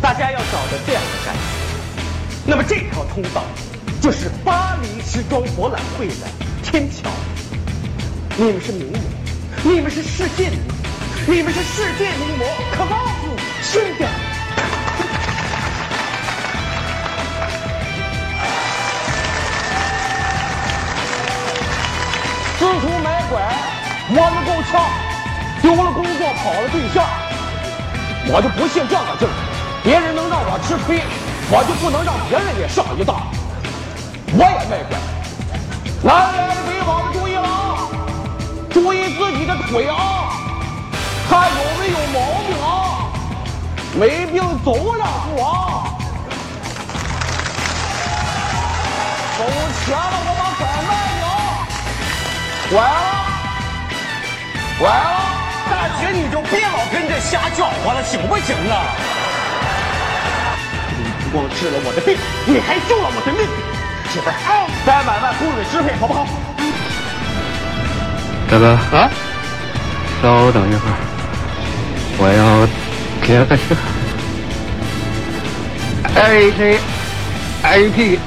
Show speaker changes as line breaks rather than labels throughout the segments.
大家要找的这样的概念。那么这条通道就是巴黎时装博览会的天桥。你们是名模，你们是世界名模，你们是世界名模，Come on，是的。知足买拐，弯了够呛，丢了工作，跑了对象。我就不信这个劲儿，别人能让我吃亏，我就不能让别人也上一当。我也卖乖，来来，鬼宝们注意了啊，注意自己的腿啊，看有没有毛病啊，没病走两步啊，走前了我把拐卖你啊，拐了。拐了！大姐，你就别老跟这瞎搅和了，行不行啊？你不光治了我的病，你还救了我的命。媳妇儿，再哎买买供水食品好不好？
大哥啊，稍等一会儿，我要给他干事。I J I P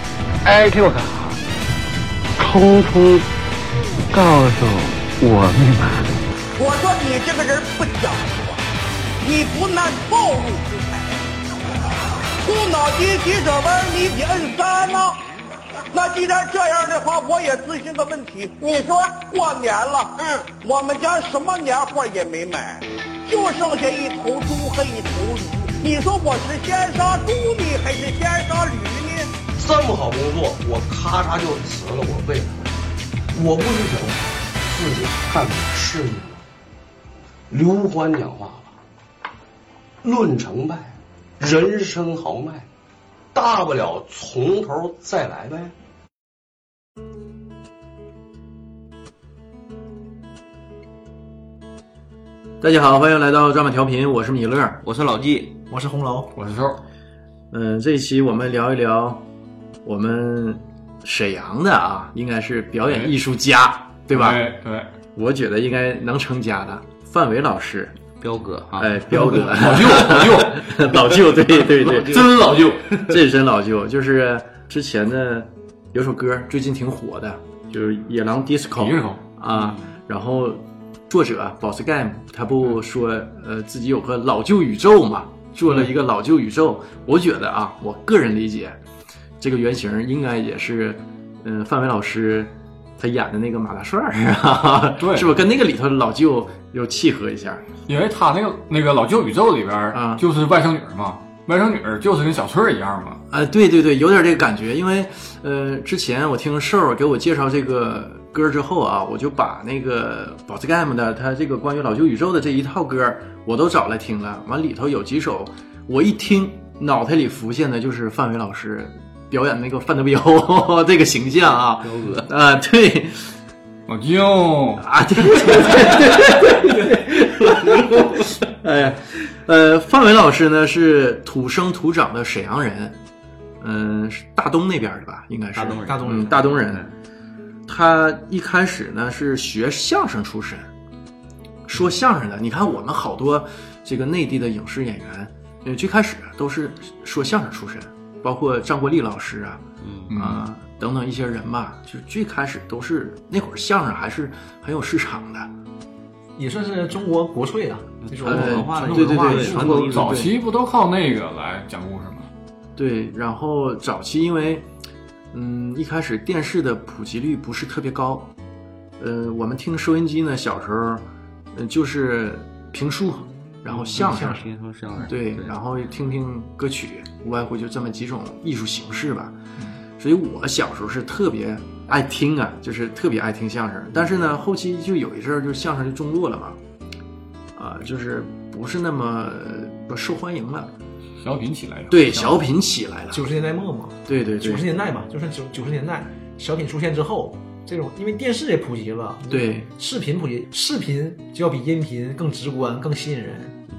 I Q 卡，空空告诉我密码。
我说你这个人不讲究，你不按套路出牌，动脑筋急转弯，你得摁三呢。那既然这样的话，我也咨询个问题。你说过年了，嗯，我们家什么年货也没买，就剩下一头猪和一头驴。你说我是先杀猪呢，还是先杀驴呢？
这么好工作，我咔嚓就辞了，我为了我不许走，自己看看是你了。刘欢讲话了，论成败，人生豪迈，大不了从头再来呗。
大家好，欢迎来到抓马调频，我是米勒。
我是老纪，
我是红楼，
我是瘦，
嗯，这一期我们聊一聊我们沈阳的啊，应该是表演艺术家，对
对
吧？
对对，
我觉得应该能成家的范伟老师，
彪哥啊，
哎，彪哥，
老舅，老舅，
老舅，对对对，
真老舅，
这真老舅，就是之前的有首歌最近挺火的，就是《野狼 DISCO
一日》口
啊，然后作者 Boss Game 他不说呃自己有个老舅宇宙嘛，做了一个老舅宇宙，我觉得啊，我个人理解，这个原型应该也是嗯、呃范伟老师。他演的那个马大帅儿啊，
对
是不是跟那个里头的老舅又契合一下？
因为他那个那个老旧宇宙里边
啊
儿就是外甥女儿嘛，外甥女儿就是跟小翠儿一样嘛，
啊，对对对，有点这个感觉，因为呃，之前我听瘦儿给我介绍这个歌之后啊，我就把那个 Boss Game 的他这个关于老旧宇宙的这一套歌儿我都找来听了，完里头有几首我一听脑袋里浮现的就是范伟老师表演那个范德彪 这个形象啊，
彪哥，
啊对
老舅
啊对对对对对对， 哎呀，呃，范伟老师呢是土生土长的沈阳人，嗯、是大东那边儿的吧，应该是
大东人
大东
嗯
人，
大东人。他一开始呢是学相声出身，说相声的。你看我们好多这个内地的影视演员，呃，最开始都是说相声出身，包括张国立老师啊，
嗯
啊、等等一些人吧，就最开始都是那会儿相声还是很有市场的，
也算是中国国粹啊，这种
呃
文化的
对
文化
对对
艺术
传统艺术
早期不都靠那个来讲故事吗？
对，然后早期因为，嗯，一开始电视的普及率不是特别高，呃，我们听收音机呢，小时候，呃，就是评书，然后嗯相声，
听说相声，
对，然后听听歌曲，无外乎就这么几种艺术形式吧。所以我小时候是特别爱听啊，就是特别爱听相声。但是呢，后期就有一阵儿，就相声就中落了嘛，啊、就是不是那么呃不受欢迎了。
小品起来以后，
对，小品起来了，
九十年代末嘛，
对对
九十
对
年代嘛，就是九九十年代小品出现之后，这种因为电视也普及了，，
对，
视频普及，视频就要比音频更直观、更吸引人，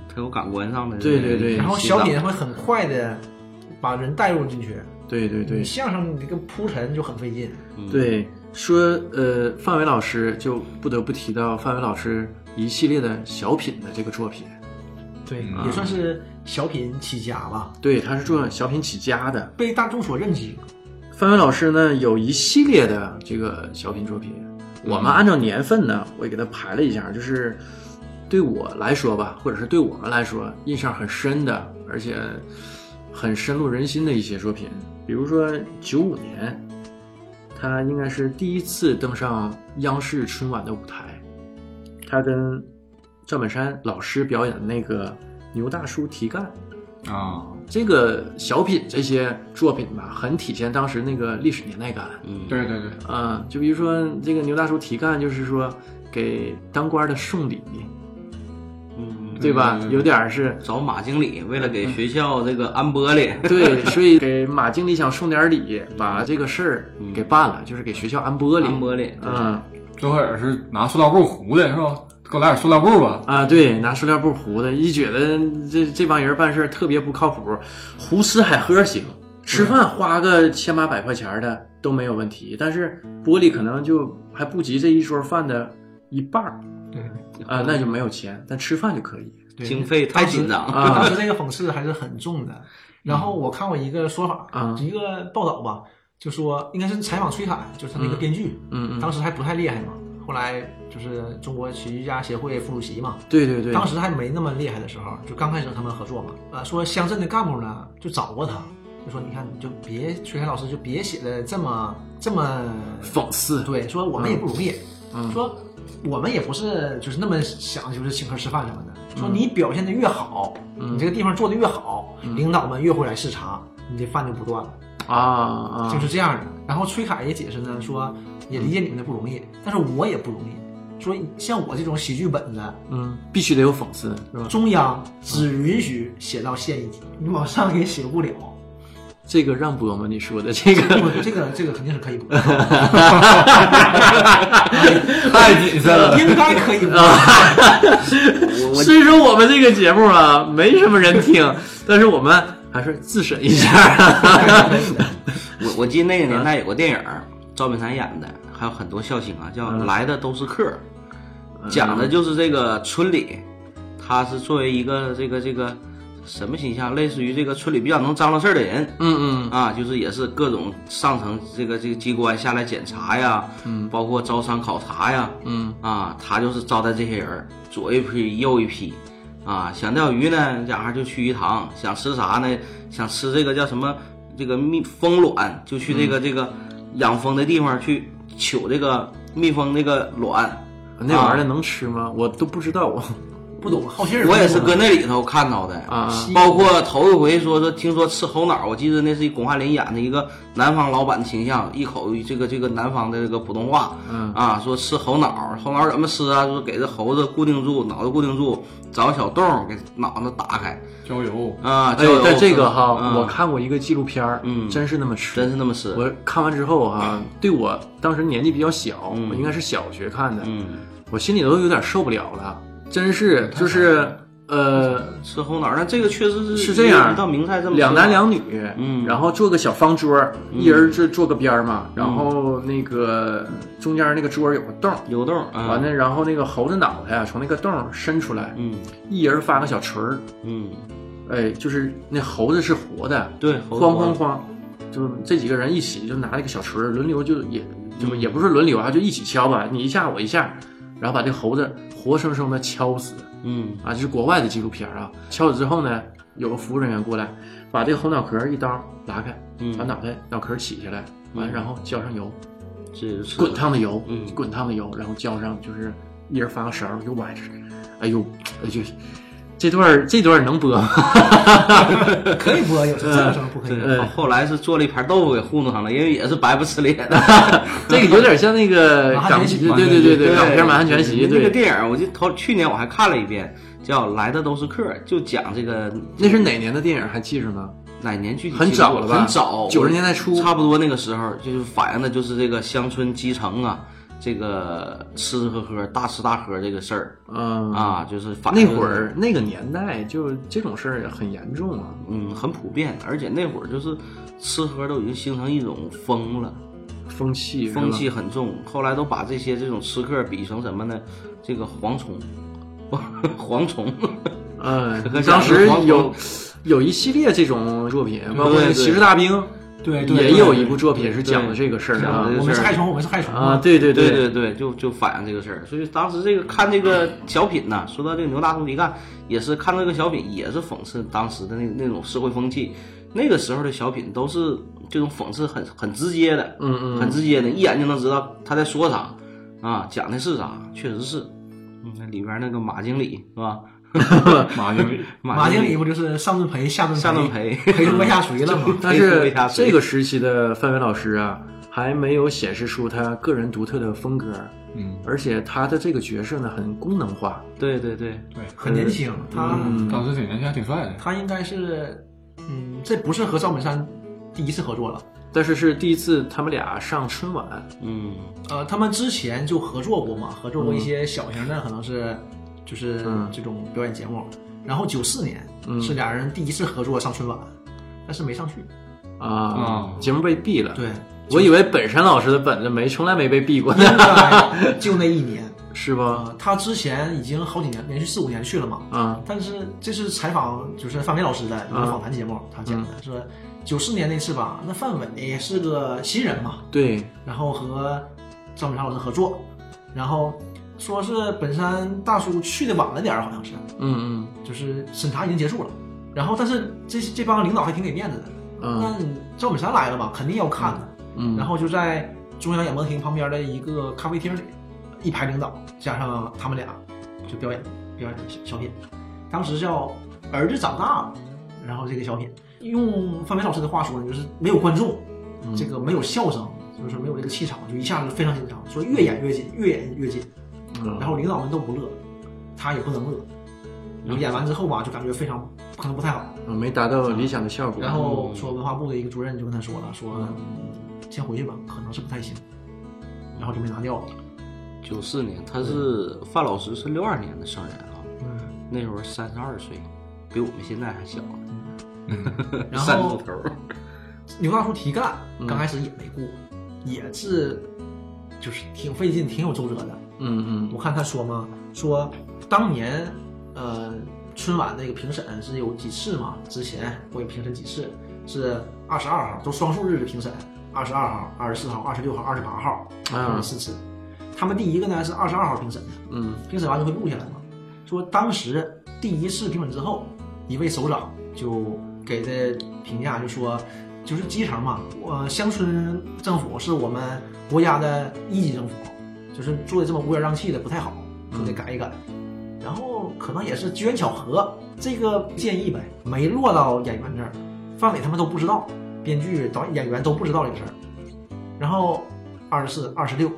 它有感官上的
对对对
然后小品
品
会很快的把人带入进去。
对对对
你相声你这个铺陈就很费劲，
对，说呃，范伟老师就不得不提到范伟老师一系列的小品的这个作品，
对，也算是小品起家吧，
对，他是做小品起家的，
被大众所认知。
范伟老师呢有一系列的这个小品作品，我们按照年份呢，我也给他排了一下，就是对我来说吧，或者是对我们来说印象很深的，而且很深入人心的一些作品，比如说九五年，他应该是第一次登上央视春晚的舞台，他跟赵本山老师表演的那个牛大叔提干。
啊，
这个小品这些作品吧，很体现当时那个历史年代感。
嗯
对对对，
嗯，就比如说这个牛大叔提干，就是说给当官的送礼，
嗯
对吧？
对对对
有点儿是，
找马经理为了给
嗯
学校这个安玻璃，
对，所以给马经理想送点礼，把这个事儿给办了，就是给学校安玻璃。
嗯安玻璃，
嗯
最后也是拿塑料布糊的是吧？给我来点塑料布吧。
啊，对，拿塑料布糊的，一觉得这这帮人办事儿特别不靠谱，胡吃海喝行，吃饭花个千八百块钱儿的都没有问题，但是玻璃可能就还不及这一桌饭的一半儿
对，
啊，那就没有钱，但吃饭就可以
对
经费太紧张嗯
啊
当时这个讽刺还是很重的。然后我看过一个说法，
啊
嗯
一个报道吧，就说应该是采访崔凯，就是他那个编剧，
嗯嗯嗯
当时还不太厉害嘛，后来就是中国喜剧家协会副主席嘛，
对对对，
当时还没那么厉害的时候，就刚开始他们合作嘛，呃，说乡镇的干部呢就找过他，就说你看你就别崔凯老师就别写的这么这么
讽刺，
对，说我们也不容易，
嗯
说我们也不是就是那么想就是请客吃饭什么的，
嗯
说你表现的越好，你这个地方做的越好，
嗯
领导们越会来视察，你这饭就不断了，
啊啊，
就是这样的。然后崔凯也解释呢，说也理解你们的不容易，但是我也不容易，说像我这种喜剧本子，
嗯，必须得有讽刺，是吧？
中央只允许写到县一级，你往上也写不了。
这个让播吗？你说的 这个。
这个这个肯定是可以播，哎
太谨慎了，
应该可 以播。
啊虽说我们这个节目啊没什么人 听，但是我们还是自审一 下。
我我记得那个年代有个电影儿，赵本山演的，还有很多笑星啊，叫《来的都是客》，
啊
讲的就是这个村里，他是作为一个这个这个什么形象，类似于这个村里比较能张罗事儿的人，
嗯嗯，
啊，就是也是各种上层这个这个机关下来检查呀，嗯，包括招商考察呀，
嗯，
啊，他就是招待这些人儿，左一批右一批，啊，想钓鱼呢，这哈就去鱼塘；想吃啥呢，想吃这个叫什么这个蜜蜂卵，就去这
嗯
个、这个养蜂的地方去取这个蜜蜂这个卵。
那玩意儿能吃吗？我都不知道。我
不懂好信儿。
我也是搁那里头看到的
啊
包括头一回说说听说吃猴脑，我记得那是巩汉林演的一个南方老板的形象，一口这个这个南方的这个普通话，
嗯
啊，说吃猴脑，猴脑怎么吃啊？说给这猴子固定住，脑子固定住，找个小洞儿给脑子打开
浇油。
啊。
哎，但这个哈，
嗯
我看过一个纪录片儿，
嗯
真嗯是那么吃，
真是那么吃，
我看完之后哈，对我当时年纪比较小，我应该是小学看的，
嗯，
我心里都有点受不了了，真是就是呃，
吃猴脑，但这个确实
是
是
这样
到明太这么
两
吃
男
法
两女，
嗯
然后做个小方桌，一人就坐个边儿嘛，然后那个中间那个桌有个洞，
有洞儿，啊
完了，然后那个猴子脑袋啊从那个洞伸出来，
嗯
一人发个小锤儿，
嗯，
哎，就是那猴子是活的，
对，猴
哐
子
哐哐，就这几个人一起就拿那个小锤儿轮流就也
嗯
就也不是轮流啊，就一起敲吧，你一下我一下，然后把这猴子活生生的敲死。
嗯
啊，这是国外的纪录片啊。敲死之后呢，有个服务人员过来，把这个猴脑壳一刀拉开，
嗯
把脑袋脑壳起下来，完、然后浇上油，
这也是
滚烫的油，
嗯
滚烫的油，然后浇上就是一人发个勺，又崴着，哎呦，哎呦，这段儿这段儿能播吗？
可以
嗯
播，有时候这种不可以播。
对，后后来是做了一盘豆腐给糊弄上了，因为也是白不吃脸的。
这个有点像那个
麻辣
港
鲜
剧，
喜
对对对对，港片《满汉
满
全席》
那个
对，
电影，我就头去年我还看了一遍，叫《来的都是客》，就讲这个
那是哪年的电影还记着吗？
哪年具体
很
记不住
早了吧
很早，
90年代初
差不多那个时候，就是反映的就是这个乡村基层啊，这个吃吃喝喝、大吃大喝这个事儿
嗯，
啊，就是反映
那
的
会儿那个年代就这种事儿很严重啊。
嗯很普遍，而且那会儿就是吃喝都已经形成一种风了，
风气，
风气，很重。后来都把这些这种吃客比成什么呢？这个蝗虫， 蝗虫。
嗯
可，想
当时
黄
有有一系列这种作品，包括
对
那个《
对
骑士大兵》，
对对，
也
对
有一部作品是讲的
对
这个事儿
讲
啊
的这
我
个
们是
事儿
害虫，我们是害虫
啊，
嘛
对 对
对
对，
对，就就反映这个事儿。所以当时这个看这个小品呢，说到这个牛大肚皮干，也是看到这个小品，也是讽刺当时的那那种社会风气。那个时候的小品都是这种讽刺很很直接的，
嗯嗯
很直接的，一眼就能知道他在说啥啊，讲的是啥，确实是。嗯，那里边那个马经理是吧？
马 经理，
马经理
理
不就是上顿赔下顿
下顿赔
赔出个下垂了吗？
但
可以说
是
一下
这个时期的范伟老师啊，还没有显示出他个人独特的风格，
嗯，
而且他的这个角色呢很功能化，
对对对，
很年轻，他
嗯
当时挺年轻，还挺帅的。
他应该是，嗯，这不是和赵本山第一次合作了，
但是是第一次他们俩上春晚，
嗯，
呃，他们之前就合作过嘛，合作过一些小型的，可能是就是
嗯
这种表演节目。然后九四年
嗯
是俩人第一次合作上春晚，但是没上去。
啊
啊，
节目被毙了。
对，
我以为本山老师的本子没从来没被毙过
应
呢，
该 就那一年。
是吧？
呃，他之前已经好几年，连续四五年去了嘛。
啊，
但是这是采访，就是范伟老师的一个
嗯
访谈节目，他讲的说九四年那次吧，那范伟是个新人嘛，
对，
然后和赵本山老师合作，然后说是本山大叔去的晚了点儿，好像是，
嗯
就是审查已经结束了，然后但是这这帮领导还挺给面子的，
嗯
那你赵本山来了嘛，肯定要看的，
嗯，
然后就在中央演播厅旁边的一个咖啡厅里，一排领导加上他们俩就表演表演小小品，当时叫儿子长大了，然后这个小品用范伟老师的话说呢，就是没有观众，这个没有笑声，就是没有这个气场，就一下子非常紧张，说越演越紧，越演越紧，
嗯
然后领导们都不乐，他也不能乐，然后演完之后吧，就感觉非常可能不太好，
嗯没达到理想的效果。
然
嗯
后说文化部的一个主任就跟他说了，说嗯先回去吧，可能是不太行，然后就没拿 掉了。
九四年，他是范老师是六二年的生人啊，
嗯，
那时候三十二岁，比我们现在还小呢，
然
三出
后
头儿。啊
牛大叔提干
嗯
刚开始也没过，也是就是挺费劲，挺有周折的。
嗯嗯
我看他说嘛，说当年呃春晚那个评审是有几次嘛，之前会评审几次是二十二号，都双数日的评审，二十二号、二十四号、二十六号、二十八号，
嗯
啊
四次。他们第一个呢是二十二号评审，
嗯
评审完就会录下来嘛。说当时第一次评审之后，一位首长就给的评价就说，就是基层嘛，呃，乡村政府是我们国家的一级政府，就是做的这么乌烟瘴气的不太好，说得改一改。然后可能也是机缘巧合，这个建议呗没落到演员这儿，范伟他们都不知道，编剧、导演、演员都不知道这个事儿。然后二十四、二十六，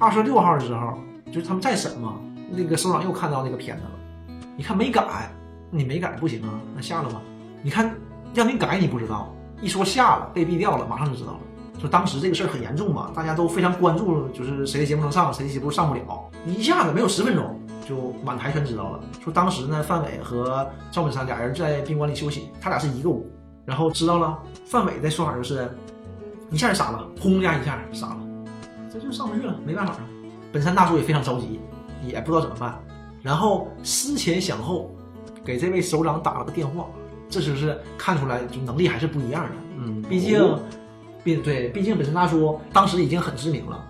二十六号的时候，就是他们再审嘛，那个首长又看到那个片子了，你看没改，你没改不行啊，那下了吧。你看让你改你不知道，一说下了被毙掉了，马上就知道了。说当时这个事儿很严重嘛，大家都非常关注，就是谁的节目能上，谁的节目上不了，一下子没有十分钟就满台全知道了。说当时呢，范伟和赵本山俩人在宾馆里休息，他俩是一个屋，然后知道了。范伟的说法就是，一下就傻了，轰一下一下傻了，这就上不去了，没办法了。本山大叔也非常着急，也不知道怎么办，然后思前想后，给这位首长打了个电话，这就是看出来就能力还是不一样的。
嗯
毕竟，毕对，毕竟本山大叔当时已经很知名了，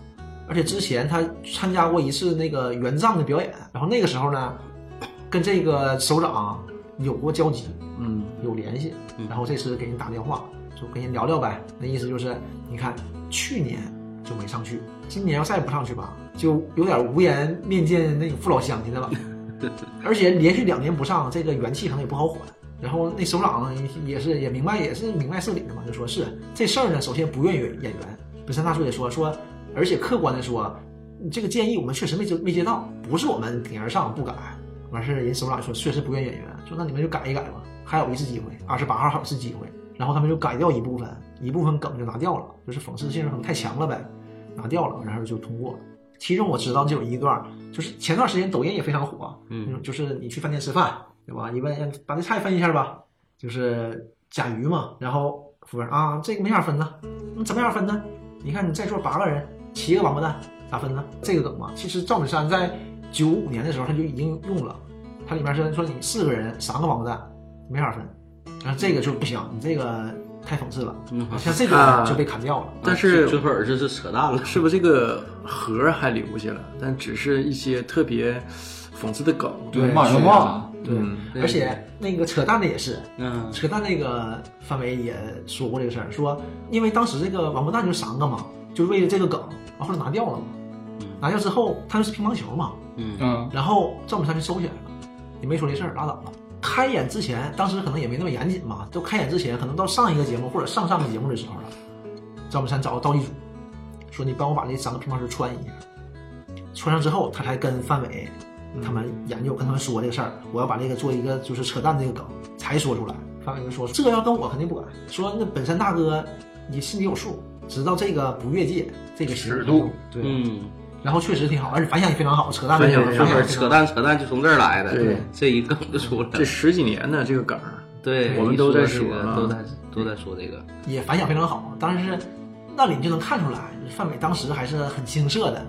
而且之前他参加过一次那个援藏的表演，然后那个时候呢， 跟这个首长有过交集，
嗯
有联系，然后这次给人打电话，就跟人聊聊呗。那意思就是，你看去年就没上去，今年要再不上去吧，就有点无颜面见那个父老乡亲的了。而且连续两年不上，这个元气可能也不好缓。然后那首长也是也明白，也是明白事理的嘛，就说是这事儿呢，首先不怨于演员，本山大叔也说说，而且客观的说，这个建议我们确实没接没接到，不是我们顶而上不改，完事儿人首长说确实不愿意演员，说那你们就改一改吧，还有一次机会，二十八号还有一次机会。然后他们就改掉一部分，一部分梗就拿掉了，就是讽刺性可能太强了呗，拿掉了，然后就通过了。其中我知道就有一段，就是前段时间抖音也非常火，
嗯
那种就是你去饭店吃饭，对吧？你问哎把这菜分一下吧，就是甲鱼嘛，然后服务员啊，这个没法分呢，嗯，怎么样分呢？你看你在座八个人，七个王八蛋，咋分呢？这个梗嘛，其实赵本山在九五年的时候他就已经用了，它里面是说你四个人三个王八蛋，没法分，然后这个就不行，你这个太讽刺了，
嗯
像这个就被砍掉了。
但是
最后儿子是扯淡了，
是不是这个盒儿还留下了？但只是一些特别讽刺的梗。
对，骂人骂
啊
了。
对，而且那个扯淡的也是，
嗯
扯淡那个范伟也说过这个事儿，说因为当时这个王八蛋就三个嘛，就为了这个梗，然后来拿掉了嘛，拿掉之后他就是乒乓球嘛，
嗯
嗯，
然后赵本山就收起来了，也没说这事儿，拉倒了。开演之前，当时可能也没那么严谨嘛，都开演之前，可能到上一个节目或者上上个节目的时候了，赵本山找道具组，说你帮我把这三个乒乓球穿一下，穿上之后，他才跟范伟嗯他们研究，跟他们说这个事儿，我要把这个做一个就是扯淡这个梗，才说出来。范伟就说这要跟我肯定不敢，说那本山大哥你心里有数，知道这个不越界这个尺
度，
对，
嗯，
然后确实挺好，而且反响也非常好，扯淡
反响
也非
也
最
常
非
后
好
儿扯淡扯淡就从这儿来的，
哎对，
这一梗就出来
这
了，
十几年呢，这个梗儿，
对，
我们
一
都在
这
说
个
啊
都在都在说这个，
也反响非常好。当然是那里你就能看出来，范伟当时还是很青涩 的。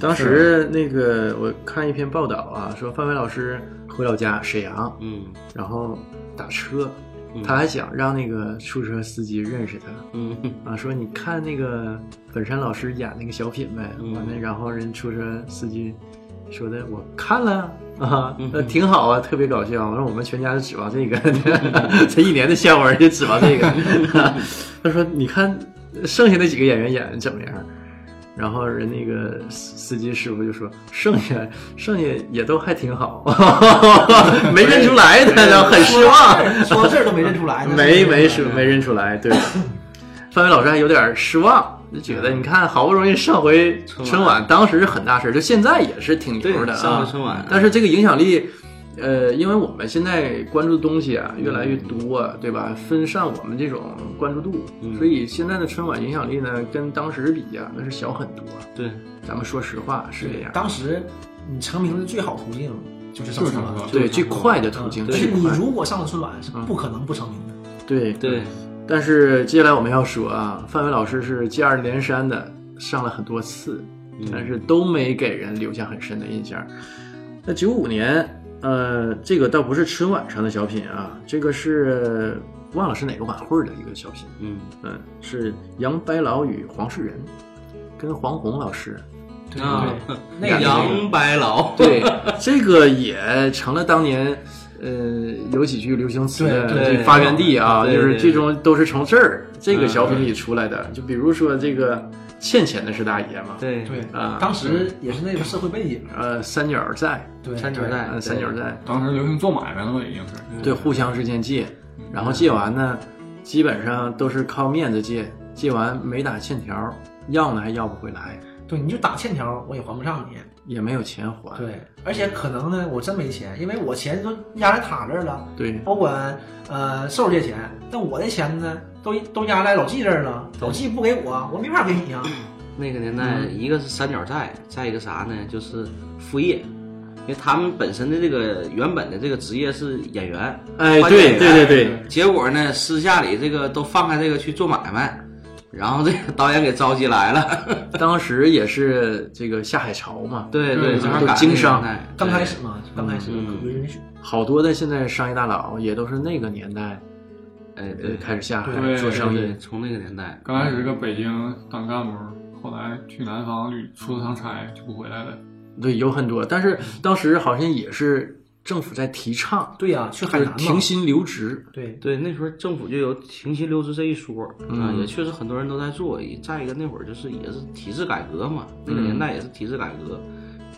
当时那个我看一篇报道啊，说范伟老师回老家沈阳，
嗯
然后打车，
嗯
他还想让那个出租车司机认识他。
嗯
啊，说你看那个本山老师演那个小品呗，
嗯
完了、然后人出租车司机说的我看了啊，
嗯
那、挺好啊，特别搞笑。我说我们全家就指望这个，嗯 这一年的笑话就指望这个。 他说你看剩下那几个演员演的怎么样？然后人那个司司机师傅就说，剩下剩下也都还挺好， 没认出来他，然后很失望。
说到这儿都没认出来，那
没
是
没是没认出来，对。 范伟老师还有点失望，就觉得你看，好不容易上回春
春
晚当时是很大事儿，就现在也是挺牛的
对上
啊。
回春晚
但是这个影响力，呃，因为我们现在关注的东西啊越来越多，对吧？分散我们这种关注度，
嗯
所以现在的春晚影响力呢，跟当时比呀、那是小很多。
对，
咱们说实话是这样，
当时你成名的最好途径就是上
就是
春
什
晚。
么？
对最快的途径，
但
最
是嗯你
快，嗯
如果上了春晚，是不可能不成名的。
对
对，
但是接下来我们要说啊，范伟老师是接二连三的上了很多次，但是都没给人留下很深的印象。那九五年，呃，这个倒不是春晚上的小品啊，这个是忘了是哪个晚会的一个小品，
嗯
嗯，是杨白劳与黄世仁，跟黄宏老师。嗯
对
啊，
那个
杨白 劳，
对，这个也成了当年。呃，有几句流行词的
对对
这发源地啊，
对
就
对
是
对嗯
最终都是从这儿这个小品里出来的。就比如说这个“欠钱的是大爷”嘛，
对
对
啊，
当时也是那个社会背景，
呃，三角债，
对，
三角
呃
债，
三角债，
当时流行做买卖了嘛，已经是。
对，互相之间借，然后借完呢，基本上都是靠面子借，借完没打欠条，要呢还要不回来，
对，你就打欠条，我也还不上你。
也没有钱还。
对，而且可能呢，我真没钱，因为我钱都压在他这儿了。
对
我管呃瘦儿借钱，但我的钱呢，都都压在老纪这儿了，老纪不给我，我没法给你啊。
那个年代，
嗯
一个是三角债，再一个啥呢？就是副业，因为他们本身的这个原本的这个职业是演员，
哎，
换
对
演员
对对对，
结果呢，私下里这个都放开这个去做买卖，然后这个导演给召集来了，
当时也是这个下海潮嘛，
对
对
正好
嗯都
赶
经
上这个
商
年代
刚开始，嘛，刚开始
嗯
不允许。
好多的现在商业大佬也都是那个年代
对哎，
呃
对，
开始下海
对
做生
对
意，
从那个年代，
刚开始搁北京当干部，后来去南方旅出趟差就不回来了。
对，有很多。但是当时好像也是政府在提倡，
对呀、去海
就是
南嘛。
停薪留职，
对，
对，那时候政府就有停薪留职这一说啊，
嗯
也确实很多人都在做。一再一个，那会儿就是也是体制改革嘛，那
嗯
个年代也是体制改革，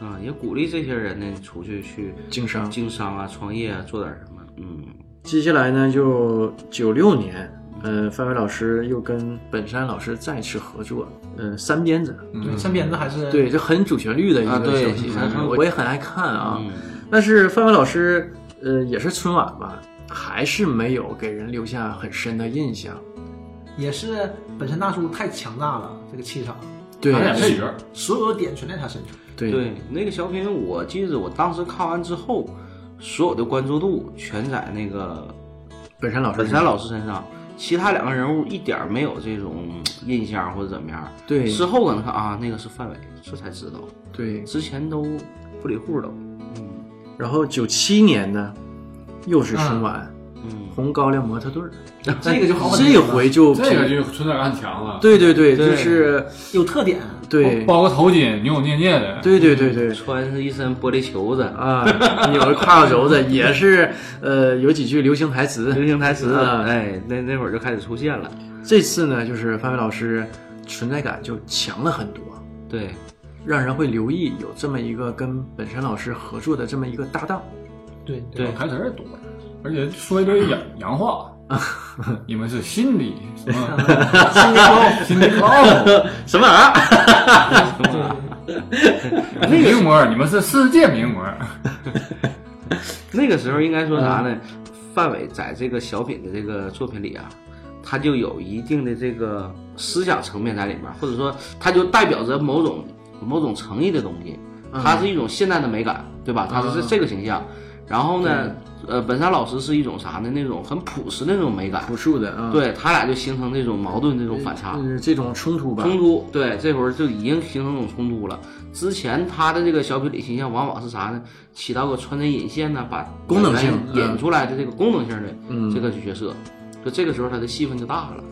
啊，也鼓励这些人呢出去去
经商。
经商啊、创业啊，做点什么。嗯，
接下来呢，就九六年，呃，范伟老师又跟本山老师再次合作，呃，三鞭子，
嗯对，身边的还是
对，这很主旋律的一
啊
个
对
消息
嗯，
我也很爱看啊。
嗯
但是范伟老师，呃，也是春晚吧，还是没有给人留下很深的印象。
也是本身大叔太强大了，这个气场，
对
咱俩配角，
所有的点全在他身上。
对，
对，那个小品，我记得我当时看完之后，所有的关注度全在那个
本山老师，
本山老师身上，其他两个人物一点儿没有这种嗯印象或者怎么样。
对
之后可能看啊，那个是范伟，这才知道，
对，
之前都不理户都。
然后九七年呢，又是春晚，
嗯，
红高粱模特队儿，
这个就好很
这
多了
回就
这个就存在感很强了。
对对对，
对
就是
有特点，
对
包个头巾，扭扭捏捏的，
对对对对
穿是一身玻璃球子，
啊，有的胯骨轴子也是，呃，有几句流行台词，
流行台词，
啊
哎，那那会儿就开始出现了。
这次呢，就是范伟老师存在感就强了很多，
对，
让人会留意有这么一个跟本山老师合作的这么一个搭档。
对
对
台词儿也多，而且说一堆洋洋话。你们是心理什么？心理高，心理高，
什么玩意儿？
名模，你们是世界名模。
那个时候应该说啥呢？
嗯
范伟在这个小品的这个作品里啊，他就有一定的这个思想层面在里面，或者说他就代表着某种某种诚意的东西，
嗯
它是一种现代的美感，对吧？它是这这个形象。然后
嗯
呢，呃，本山老师是一种啥呢？那种很朴实的那种美感
朴，嗯树的啊，，
对他俩就形成这种矛盾、这种反差。
就是这种冲突吧。
冲突，对，这会儿就已经形成这种冲突了。之前他的这个小品里形象往往是啥呢？起到个穿针引线呢，把
功能性
演
嗯
演出来的这个功能性
嗯
的这个角色，就这个时候他的戏份就大了。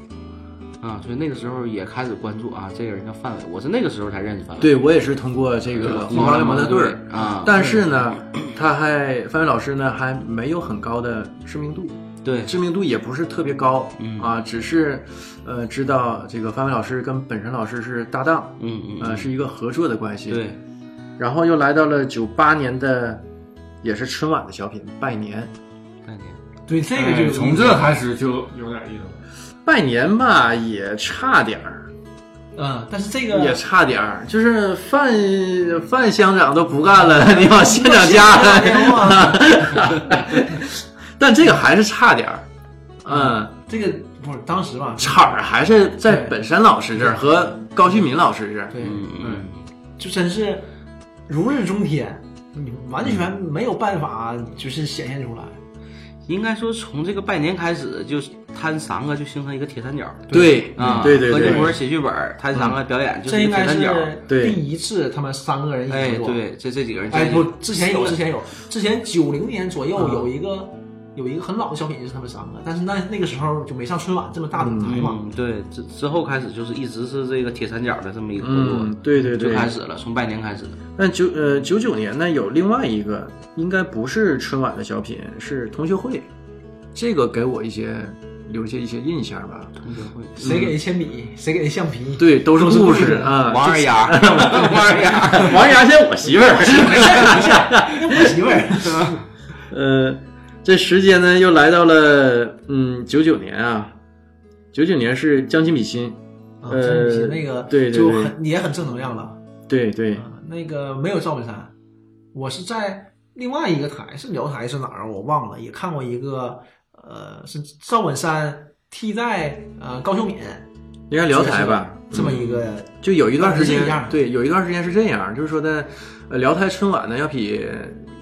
啊，所以那个时候也开始关注啊，这个人叫范伟，我是那个时候才认识范伟。
对我也是通过这个红高粱模特队儿
啊
但是呢，他还范伟老师呢还没有很高的知名度，
对
知名度也不是特别高，
嗯
啊，只是呃知道这个范伟老师跟本山老师是搭档，
嗯嗯，
呃是一个合作的关系，
对，
然后又来到了九八年的，也是春晚的小品《拜年》。
概念。
对，这个就
哎
有
从这开始就有点意思了。
拜年吧，也差点儿，
嗯，但是这
啊
个
也差点儿，就是范范乡长都不干了， 你往县长家 来。 但这个还是差点儿，嗯，
这个不是当时吧？
场儿还是在本山老师这儿和高旭民老师这儿。
对，
嗯嗯，
就真是如日中天，你完全没有办法就是显现出来。
应该说从这个拜年开始，就是他三个就形成一个铁三角。
对，
啊，
对对
何
对嗯
建国写剧本，他三个表演就
嗯这
是一
应
个
该
铁三角。
是
对
第一次他们三个人一
哎，
起合作。
对，这这几个人，
哎，
这
不，之前有，
这
之前有，之前九零年左右
嗯
有一个有一个很老的小品就是他们三个，但是那那个时候就没上春晚这么大的舞台嘛。
嗯，对，之之后开始就是一直是这个铁三角的这么一个合作，
嗯，对对
就
对。
开始了，从拜年开始。
但九呃九九年呢，有另外一个应该不是春晚的小品，是同学会，这个给我一些留下一些印象吧。
嗯谁给的铅笔，谁给的橡皮？
嗯对，都是故事 啊。
王二丫，王二丫，
王二丫现在我媳妇儿。
我媳妇 儿。
呃，这时间呢又来到了嗯九九年啊，九九年是将心比心，
啊
呃
真是那个
对对
就
对
很也很正能量了。
对对
啊，那个没有赵本山，我是在另外一个台，是辽台是哪儿我忘了，也看过一个，呃，是赵本山替代呃高秀敏，
应该聊台吧，嗯
这么一个，
就有一段时间
那是一样的
对，有一段时间是这样，就是说的，呃，辽台春晚呢要比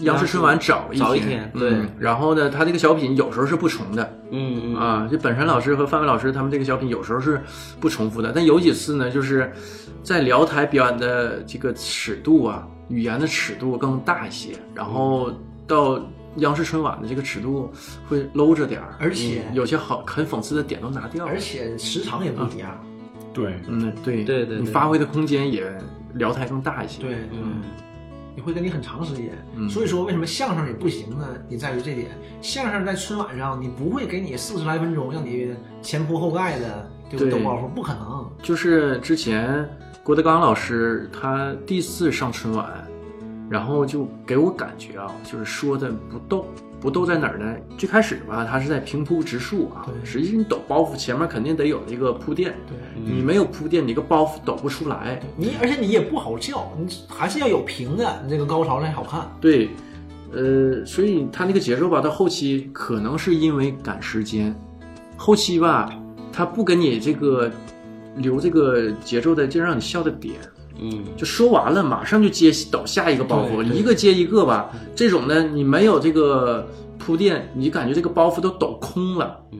央视春晚早一
早一
天
天，
嗯
对
然后呢，他这个小品有时候是不重的
嗯嗯，
啊，就本山老师和范伟老师他们这个小品有时候是不重复的，但有几次呢，就是在辽台表演的这个尺度啊，语言的尺度更大一些，然后到。央视春晚的这个尺度会搂着点儿，
而且
嗯有些好很讽刺的点都拿掉了，
而且时长也不一样。
对，
嗯，对
对对
你
对
发挥的空间也聊台更大一些。
对，
嗯，
你会跟你很长时间。
嗯
所以说，为什么相声也不行呢？也在于这点，相声在春晚上你不会给你四十来分钟让你前仆后盖的，对
对
吧？抖包袱不可能。
就是之前郭德纲老师他第四上春晚，然后就给我感觉啊，就是说的不逗，不逗在哪儿呢？最开始吧，他是在平铺直述啊，
对
实际你抖包袱前面肯定得有一个铺垫，
对。
你没有铺垫，你这个包袱抖不出来。
啊你而且你也不好笑，你还是要有平的，你这个高潮才好看。
对，呃，所以他那个节奏吧，到后期可能是因为赶时间，后期吧，他不给你这个留这个节奏的，就让你笑的点。
嗯，
就说完了，马上就接倒下一个包袱，
对对
一个接一个吧。这种呢，你没有这个铺垫，你感觉这个包袱都抖空了。
嗯，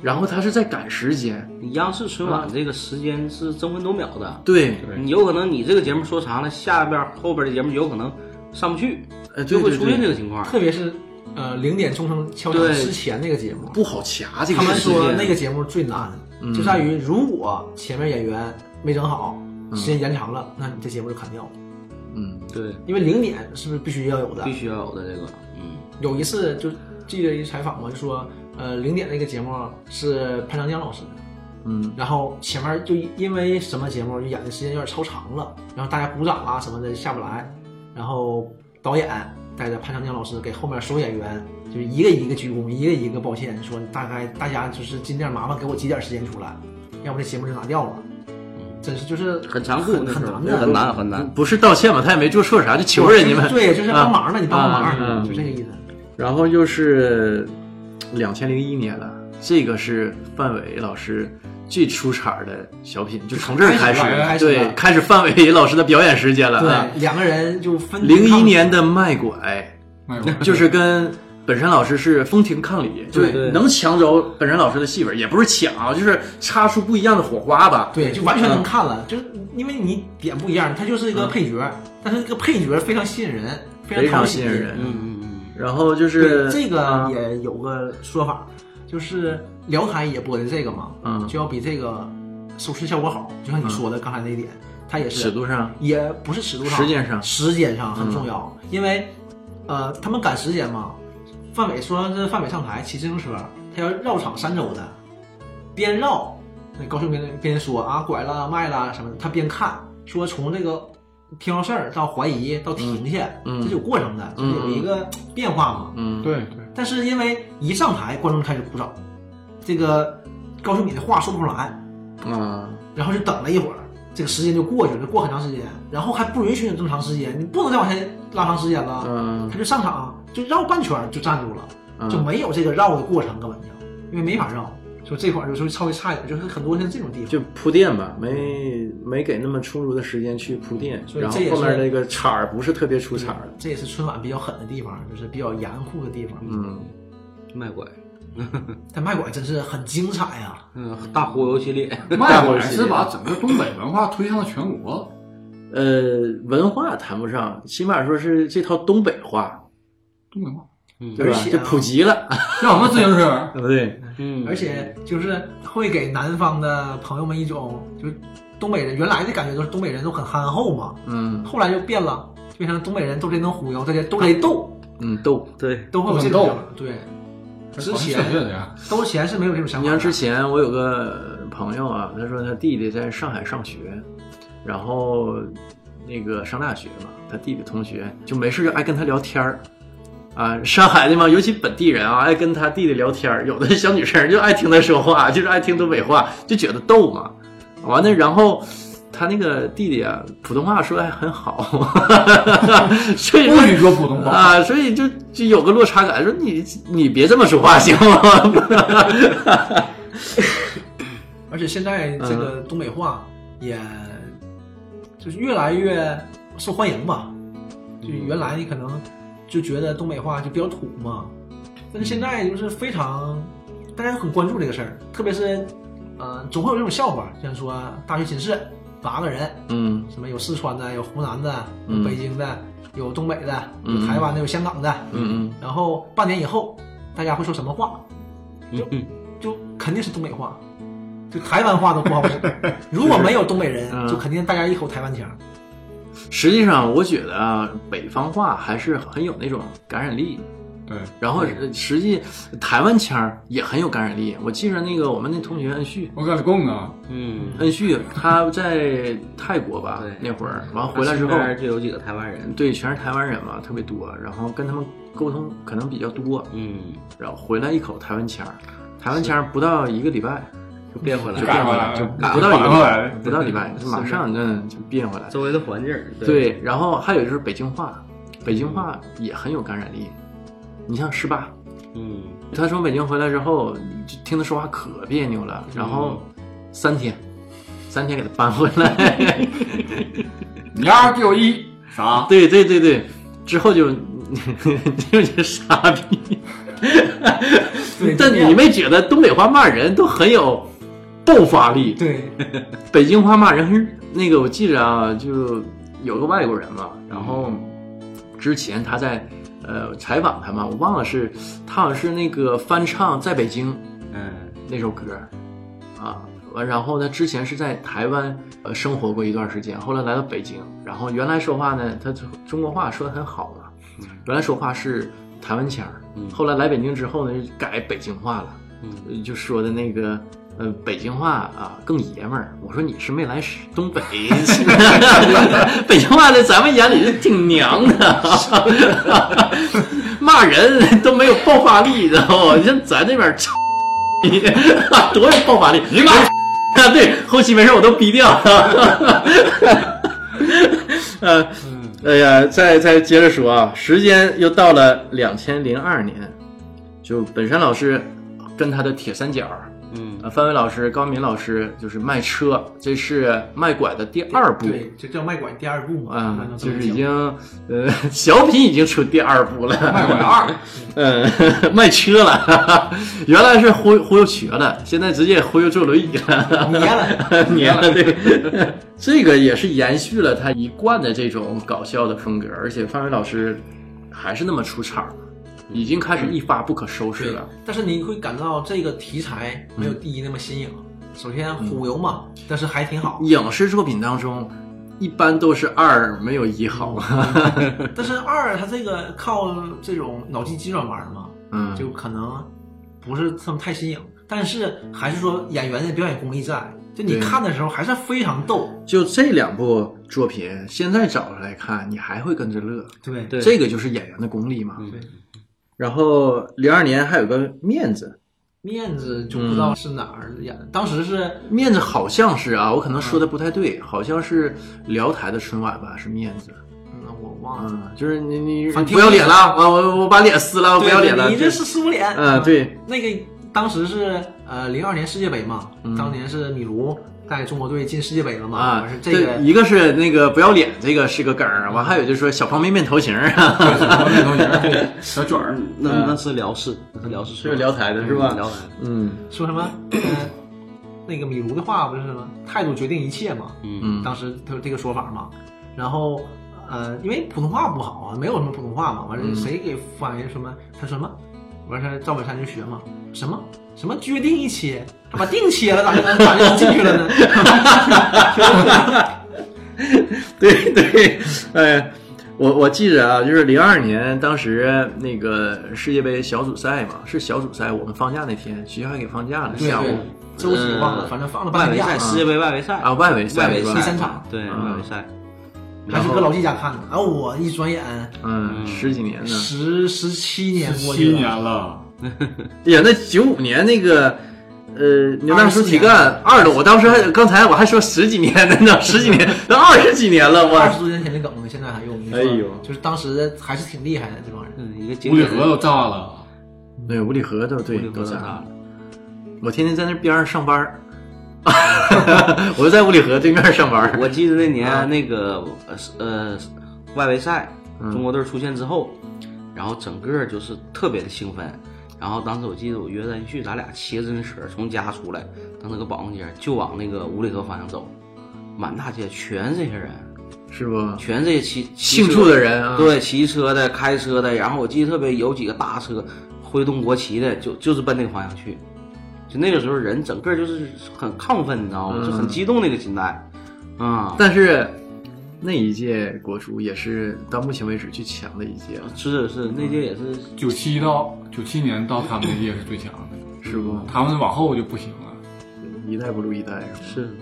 然后他是在赶时间，
央视春晚这个时间是争分夺秒的，
嗯对，
对
你有可能你这个节目说长了，下边儿后边儿的节目有可能上不去，
呃，对
就会
对
出现这
对，
个情况。
特别是呃零点钟声敲响
对
之前那个节目，
不好掐这个
他们
时间。
说那个节目最难，
嗯
就在于如果前面演员没整好，时间延长了，那你这节目就砍掉了。
嗯，
对，
因为零点是不是必须要有的
必？须要有的这个，嗯，
有一次就记得一采访嘛，就说呃零点那个节目是潘长江老师的，
嗯，
然后前面就因为什么节目就演的时间有点超长了，然后大家鼓掌啊什么的下不来，然后导演带着潘长江老师给后面所有演员就是一个一个鞠躬，一个一个抱歉，说大概大家就是尽量麻烦给我挤点时间出来，要不这节目就拿掉了。真是就是
嗯很残酷，
很
那时候
难的，
很难很难。
嗯不是道歉吧？他也没做错啥，就求人家们。
对，就是帮忙了，你帮帮
啊嗯
忙，
嗯
就这个意思。
然后又是两千零一年了，这个是范伟老师最出彩儿的小品，就从这儿开始，
开始了开始
对
了，
开始范伟老师的表演时间了。啊，
对，两个人就分
零一年的卖拐
哎呦，
就是跟。本山老师是风庭抗礼，
对
就是能抢走本山老师的戏份，也不是抢啊，就是擦出不一样的火花吧。
对，就完全
嗯
能看了，就是因为你点不一样，他就是一个配角，但是这个配角非常吸引人，
非
常讨
常
喜
吸引人。
嗯嗯
然后就
对，
是
这个
啊
也有个说法，就是辽台也播的这个嘛，
嗯
就要比这个收视效果好，就像你说的刚才那一点，它也是
尺度上，
也不是尺度上，
时间上嗯
时间上很重要，因为呃，他们赶时间嘛。范伟说是范伟上台骑自行车，他要绕场三周的，边绕，那高秀边边说啊拐了卖了什么的，他边看说从这个听到事儿到怀疑到停下，
嗯嗯
这是有过程的，
嗯
这有一个变化嘛。
嗯，
对对，
但是因为一上台，观众开始鼓掌，这个高秀敏的话说不出来，
啊，
然后就等了一会儿，这个时间就过去了，过很长时间，然后还不允许你这么长时间，你不能再往下拉长时间了。
嗯
他就上场就绕半圈就站住了，
嗯
就没有这个绕的过程，根本就因为没法绕。就这块儿有时候稍微差一点，就是很多像这种地方。
就铺垫吧，没没给那么充足的时间去铺垫，
嗯所以
然后
这也
后面
是
那个彩儿不是特别出彩儿的。
这也是春晚比较狠的地方，就是比较严酷的地方。
嗯，
嗯，卖拐，
但卖拐真是很精彩呀、
嗯，大忽悠系列，
卖拐是把整个东北文化推向了全国，
呃，文化谈不上，起码说是这套东北话，
东北话。
对吧
而？且
就
啊
普及了，
像我们自行车，
对不 对？
嗯，
而且就是会给南方的朋友们一种，就是东北人原来的感觉都是东北人都很憨厚嘛，
嗯
后来就变了，变成东北人都贼能忽悠，大家都贼逗，
嗯，逗。
对，
都会有这
都
种
很
对，之
之
前
前这样，
都前是没有这种想
你
法
像
的。
之前我有个朋友啊，他说他弟弟在上海上学，然后那个上大学嘛，他弟弟同学就没事就爱跟他聊天儿。啊，上海的嘛，尤其本地人啊，爱跟他弟弟聊天儿。有的小女生就爱听他说话，就是爱听东北话，就觉得逗嘛。完了，然后他那个弟弟啊，普通话说的还很好， 所以说
不许说普通话。
啊，所以就就有个落差感，说你你别这么说话行 吗？
而且现在这个东北话也就是越来越受欢迎吧，就原来你可能就觉得东北话就比较土嘛，但是现在就是非常大家很关注这个事儿，特别是呃总会有这种笑话，像说大学寝室八个人，
嗯
什么有四川的，有湖南的，
嗯
有北京的，有东北的，
嗯
有台湾的，有香港的，
嗯
然后半年以后大家会说什么话？
嗯嗯
就肯定是东北话，就台湾话都不好 使。如果没有东北人，
嗯
就肯定大家一口台湾腔。
嗯，实际上我觉得啊，北方话还是很有那种感染力。
对，
然后呃实际台湾腔儿也很有感染力。我记着那个我们那同学恩旭，
我跟你讲啊，
嗯，
恩旭他在泰国吧
对
那会儿，完回来之后
身，嗯啊边就有几个台湾人，
对，全是台湾人嘛，特别多，然后跟他们沟通可能比较多，
嗯，
然后回来一口台湾腔儿，台湾腔儿不到一个礼拜
就变回来
就
了，
变回来，
了
就
改
不到一
改过来
个
了
不到礼拜，就马上嗯就变回来。
周围的环境儿，
对，然后还有就是北京话，北京话也很有感染力。你像十八，
嗯，
他从北京回来之后，就听他说话可别扭了，然后三天，三天给他搬回来。
你要是给我一啥？
对对对对，之后就 就是傻逼。 但你没觉得东北话骂人都很有爆发力？
对，
北京话骂人很那个，我记着啊，就有个外国人嘛，然后之前他在呃采访他嘛，我忘了是他好像是那个翻唱《在北京》
嗯
那首歌啊，完然后他之前是在台湾呃生活过一段时间，后来来到北京，然后原来说话呢，他就中国话说的很好嘛，原来说话是台湾腔儿
嗯
后来来北京之后呢，就改北京话了。
嗯，
呃就说的那个呃北京话啊更爷们儿。我说你是没来是东 北， 北京话在咱们眼里是挺娘 的，骂人都没有爆发力，知道吗？你像咱这边儿， 多有爆发力！你妈！对，后期没事我都逼掉。 呃，哎呀，再再接着说啊，时间又到了两千零二年，就本山老师跟他的铁三角，
嗯，
呃，范伟老师、高敏老师就是卖车，这是卖拐的第二部。
对，这叫卖拐第二部嘛，
啊、
按照这
就
么
是
讲
已经，呃，小品已经出第二部了，
卖拐二，
呃， 卖车了，原来是忽悠忽悠瘸了，现在直接忽悠坐轮椅了，
捏了，
年了，对，这个 也是延续了他一贯的这种搞笑的风格，而且范伟老师还是那么出场，已经开始一发不可收拾
对
了。。
但是你会感到这个题材没
嗯
有第一那么新颖。首先忽悠嘛，但是还挺好。
影视作品当中，一般都是二没有一好，
但是二它这个靠这种脑筋急转弯嘛，
嗯，
就可能不是这么太新颖，但是还是说演员的表演功力在，就你
对
看的时候还是非常逗。
就这两部作品，现在找出来看，你还会跟着乐，
对
对
这个就是演员的功力嘛。
嗯
然后零二年还有个面子，
面子就不知道是哪儿
嗯
演的，当时是
面子好像是啊，我可能说的不太对，好像是辽台的春晚吧，是面子。
嗯我忘了，
嗯，就是你你
反正
不要脸了啊，我我我把脸撕了，我不要嗯脸了。
对你这是撕不脸。
嗯对，
那个当时是呃零二年世界杯嘛，当年是米卢带中国队进世界杯了嘛，
嗯啊
完事，这个
一个是那个不要脸，这个是个梗儿，完还有就是说小方便面头型儿 啊，
面头型，小卷儿，
那那是辽视，嗯那是辽视，
是辽台的是吧
嗯辽台，
嗯
说什么？呃那个米卢的话不是什么态度决定一切嘛，
嗯
嗯
当时他有这个说法嘛，然后呃，因为普通话不好啊，没有什么普通话嘛，完
嗯
了谁给翻译什么？他说什么？完事儿赵本山就学嘛，什么什么决定一切，他把腚切了咋就能咋就能进去了呢？
对对，哎，我我记着啊，就是零二年当时那个世界杯小组赛嘛，是小组赛，我们放假那天，学校还给放假了，
对
下午
对，周几忘了，反正放了半
外围
天假
赛，，世界杯外围赛
啊，，外围赛
外围
是吧
第三场
对
嗯
外围赛，
还是搁老季家看的。然后我一转眼
嗯，十几年呢，
十十七年过
七
去
年
了，
了，
演哎那九五年那个。呃，牛大叔体干二的，我当时还刚才我还说十几年呢，那十几年，都二十几年了，
二
我
十多年前的梗现在还用，
哎呦
就是当时还是挺厉害的这帮人。
嗯，一个经
五里
典
河都炸了，
对五里河都对
五里河啊
都在
都炸了
我天天在那边上上班儿， 我就在五里河对面上班儿。
我记得那
啊
年那个呃是呃外围赛，
嗯
中国队出现之后，然后整个就是特别的兴奋。然后当时我记得我约恩旭，咱俩骑着自行车从家出来，当时搁保安街就往那个五里河方向走，满大街全这些人，
是不？
全这些骑骑
庆
车
祝的人啊，，
对，骑车的、开车的，然后我记得特别有几个大车挥动国旗的，就就是奔那个方向去。就那个时候人整个就是很亢奋，你知
嗯
道吗？就很激动那个心态，啊、
但是那一届国足也是到目前为止最强的一届啊了，
是是，那届也是，
九七到九七年到他们那 届是最强的，
是不？
他们往后就不行了。
一代不如一代，是吧
是，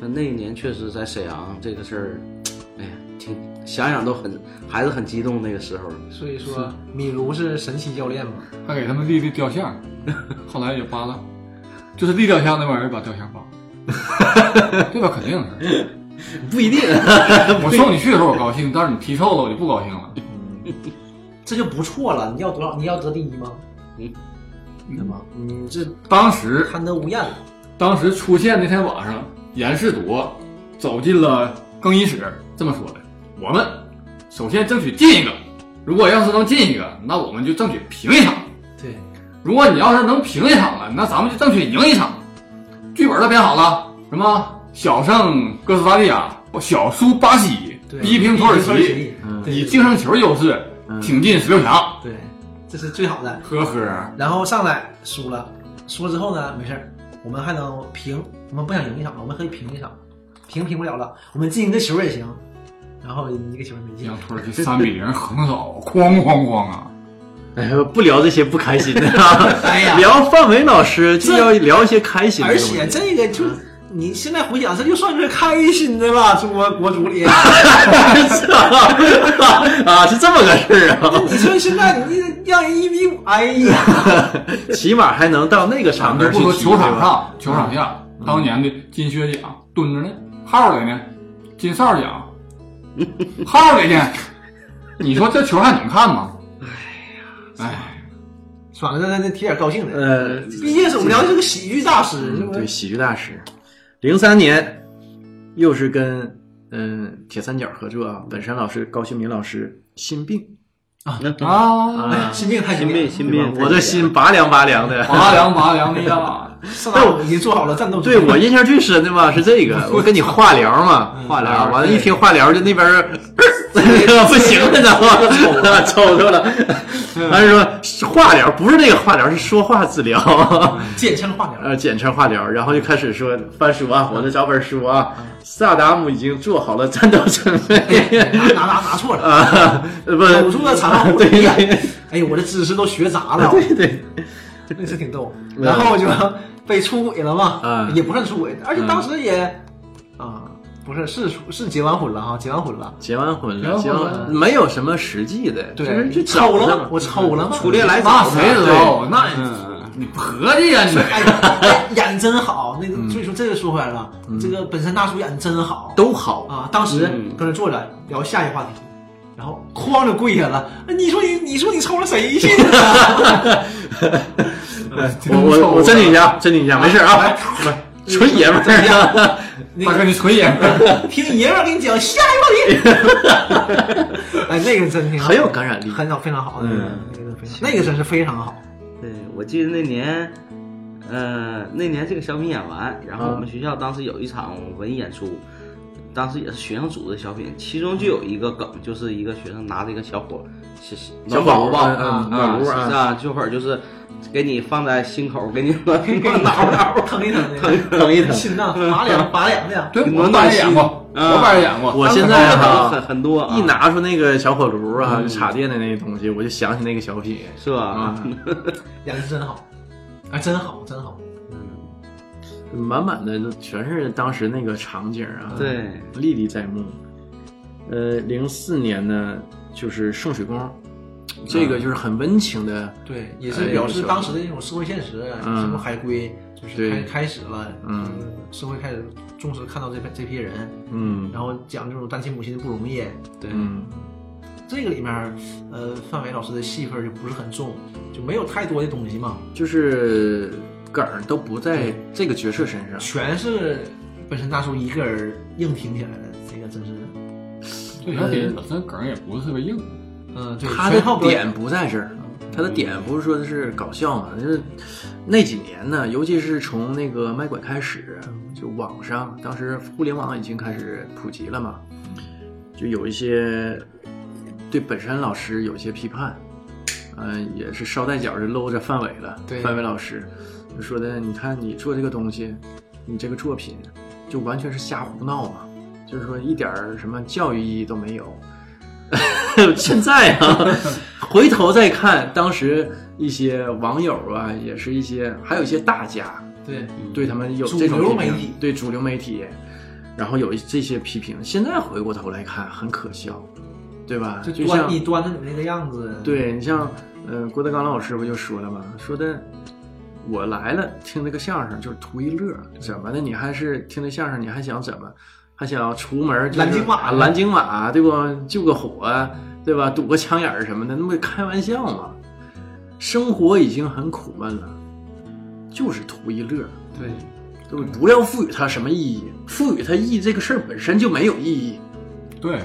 但那一年确实在沈阳这个事儿，哎呀，挺想想都很还是很激动那个时候。
所以说，米卢是神奇教练嘛？
还给他们立的雕像， 后来也 扒了，就是立雕像那玩意儿把雕像扒了，对吧？肯定是，
不一定。
我送你去的时候我高兴，但是你踢臭了我就不高兴了。
这就不错了。你要多少？你要得第一吗？
嗯，
对吗？你这
当时
贪得无厌了。
当时出现那天晚上，严世铎走进了更衣室，这么说的：我们首先争取进一个，如果要是能进一个，那我们就争取平一场；
对，
如果你要是能平一场了，那咱们就争取赢一场。剧本都编好了，什么小胜哥斯达黎加，小输巴西，
对
逼平土耳其，
对
嗯
以净胜球优势挺进十六强。
对，这是最好的。
呵呵，
然后上来输了，输了之后呢，没事儿，我们还能平，我们不想赢一场，我们可以平一场，平平不了了，我们进一个球也行。然后一个球没进
让，土耳其三比零横扫，哐哐哐啊！
哎呦，不聊这些不开心的啊！
哎呀
聊范伟老师就要聊一些开心的
而
东西。
且这个
嗯
就你现在回想，这就算是开心的了，中国国足 里。
啊，是这么个事儿 啊，
你说现在你让人一比五，哎呀，
起码还能到那个
咱
场合
们
去
啊不说
踢
球场
对吧
上、球场下，当年的金靴奖蹲着呢，号里呢，金哨奖，号里呢，你说这球还能看吗？哎呀，
算了，那那提点高兴的。
呃，
毕竟是我们聊的是个喜剧大师，是
嗯
吧
对，喜剧大师，零三年又是跟嗯铁三角合作啊，本山老师、高秀敏老师心病
哎啊，
啊，
心病太
心病
病，
心病，
我这心拔凉拔凉的，
拔凉拔凉的呀！
上大我已经做好了战斗
对我印象最深的嘛是这个，我跟你化疗嘛，化疗完了，一听化疗就那边儿不行了，知道吗？ 抽抽了，完了说化疗不是那个化疗，是说话治疗，
剑枪化疗，
呃，简称化疗，然后就开始说翻书啊，我再找本书啊，萨达姆已经做好了战斗准备
拿拿拿拿错了，
呃 啊，呃不，
手术的产后护
对
理
对，
哎呦，我这知识都学杂了，哦
对对，
那是挺逗。然后就被出轨了嘛，
嗯
也不算出轨，而且当时也啊，不是是出是结完婚了哈，结完 婚了，
结完婚了，
结
结
完
完
婚
婚没有什么实际的，就是
对，
就
抽
找
了
着
嘛，我抽了嘛，
初恋来早
那
啊
谁知
对
道？哦那你合计呀你？
哎呀，演真好，那个
嗯
所以说这就说回来了，这个本山大叔演真好，
都好，
啊，当时
嗯
搁那坐着聊下一话题，然后哐就跪下了。哎你说你，你说你抽了谁去呢？
我我我真理一 下，真理一下，没事啊，纯爷们儿，啊
那
大哥
个
你纯爷们儿，
听爷们儿给你讲下一话题， 哎，那个真挺好
很有感染力
很好，非常好，
嗯
那个非常那个真是非常 好。
对，我记得那年，呃，那年这个小品演完，然后我们学校当时有一场文艺演出，当时也是学生组的小品，其中就有一个梗，就是一个学生拿着一个小火小
小
暖宝
宝
宝
宝嗯嗯暖炉啊
啊，啊，这会儿就是给你放在心口，给你给你暖 暖，
疼一疼那
疼
个，
疼一疼。
心脏拔 凉拔凉的呀。
对，我爸也演过，我爸也演过。
我现在
很
哈
很。很多啊，
一拿出那个小火炉啊，就插电的那个东西，我就想起那个小品
是吧
啊？，
演的真好，啊，真好，真好。
满满的全是当时那个场景啊，
对，
历历在目。呃，零四年呢，就是圣水宫，这个就是很温情的，
对，也
哎
是表示当时的那种社会现实，啊
嗯
什么海归，就是开
对
开始了，
嗯，
社会开始重视看到这批这批人，
嗯
然后讲这种单亲母亲的不容易。
对，
嗯，
这个里面，呃，范伟老师的戏份就不是很重，就没有太多的东西嘛，
就是梗儿都不在这个角色身上，
全是本身大叔一个人硬挺起来的，这个真是，
这小品本身梗也不是特别硬，
嗯，对，
他的
全靠表演
点不在这儿，他的点不是说是搞笑嘛，就是那几年呢，尤其是从那个卖拐开始，就网上当时互联网已经开始普及了嘛，就有一些对本山老师有一些批判，嗯、也是捎带脚就搂着范伟了，
对
范伟老师就说的，你看你做这个东西，你这个作品就完全是瞎胡闹嘛，就是说一点儿什么教育意义都没有。 现在啊， 回头再看当时一些网友啊，也是一些，还有一些大家
对，
对他们有
嗯主
这种
流
批评
媒体
对主流媒体，然后有一这些批评，现在回过头来看很可笑，对吧？
就
就
端
像
你端着你那个样子，，
对你像，呃，郭德纲老师不就说了吗？说的我来了，听这个相声就是图一乐，怎么的？你还是听这相声，你还想怎么？还想出门就是啊
蓝鲸马
蓝鲸马对不？救个火对吧？堵个枪眼儿什么的，那不开玩笑吗？生活已经很苦闷了，就是图一乐，
对，
对不？不要赋予它什么意义，赋予它意义这个事儿本身就没有意义。
对，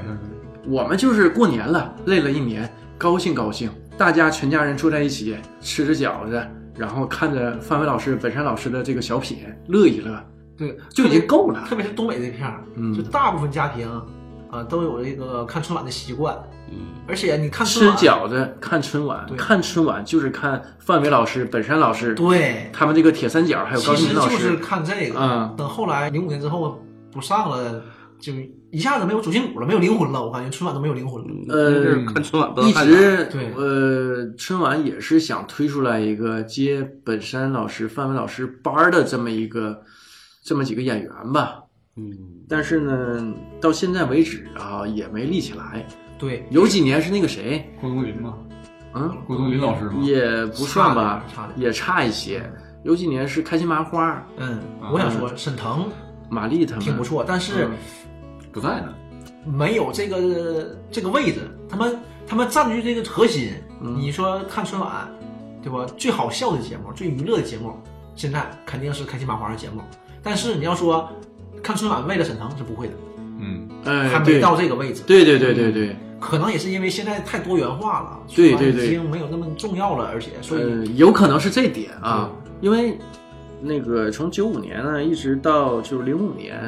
我们就是过年了，累了一年，高兴高兴，大家全家人坐在一起吃着饺子，然后看着范伟老师、本山老师的这个小品乐一乐，
对，
就已经够了
特别是东北这片儿，
嗯
就大部分家庭啊都有这个看春晚的习惯，
嗯，
而且你看春
吃
晚，
饺子看春晚，
啊对
看春晚就是看范伟老师、本山老师，
对，
他们这个铁三角还有高
其
进
实
平老
就是
师，
看这个。
嗯
等后来零五年之后不上了，就一下子没有主心骨了，没有灵魂了，我感觉春晚都没有灵魂了。
呃
就是看春晚不
一
能看啥
直
对
呃，春晚也是想推出来一个接本山老师、范伟老师班儿的这么一个这么几个演员吧，
嗯，
但是呢，到现在为止啊，也没立起来。
对，
有几年是那个谁，
郭冬临嘛，
嗯，
郭冬临老师嘛，
也不算吧，
啊差点差点
也差一些。有几年是开心麻花、
嗯，
啊
我想说沈腾
玛丽他们
挺不，错，但
嗯
是
不在呢。
没有这个这个位置，他们他们占据这个核心。
嗯
你说看春晚，对吧？最好笑的节目，最娱乐的节目，现在肯定是开心麻花的节目。但是你要说看春晚为了沈腾是不会的，
嗯，
哎，
还没
对
到这个位置。
对对对对对，
可能也是因为现在太多元化了，
对
春晚
对对
已经没有那么重要了，而且所以
呃，有可能是这点啊，因为那个从九五年呢一直到就是零五年，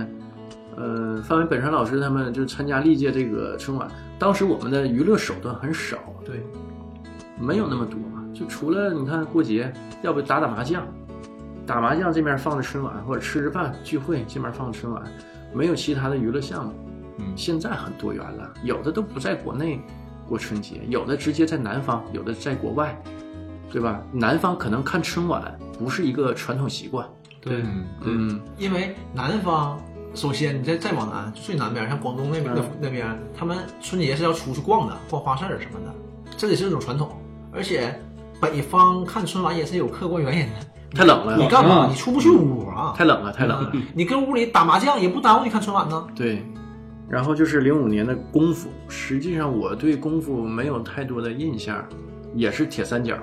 呃，范伟本山老师他们就参加历届这个春晚，当时我们的娱乐手段很少，啊
对
没有那么多嘛，就除了你看过节，要不打打麻将，打麻将这面放着春晚，或者吃着饭聚会这面放着春晚，没有其他的娱乐项目。
嗯
现在很多元了，有的都不在国内过春节，有的直接在南方，有的在国外，对吧？南方可能看春晚不是一个传统习惯，
对
嗯，
嗯，
因为南方，首先你再再往南，最南边像广东那边、
嗯
那边，他们春节是要出去逛的，逛花市儿什么的，这也是一种传统。而且北方看春晚也是有客观原因的，
太冷了
你，干嘛？你出不去屋啊？
太冷了，嗯 太冷了。嗯
嗯你跟屋里打麻将也不耽误你看春晚呢。
对，然后就是零五年的功夫，实际上我对功夫没有太多的印象，也是铁三角，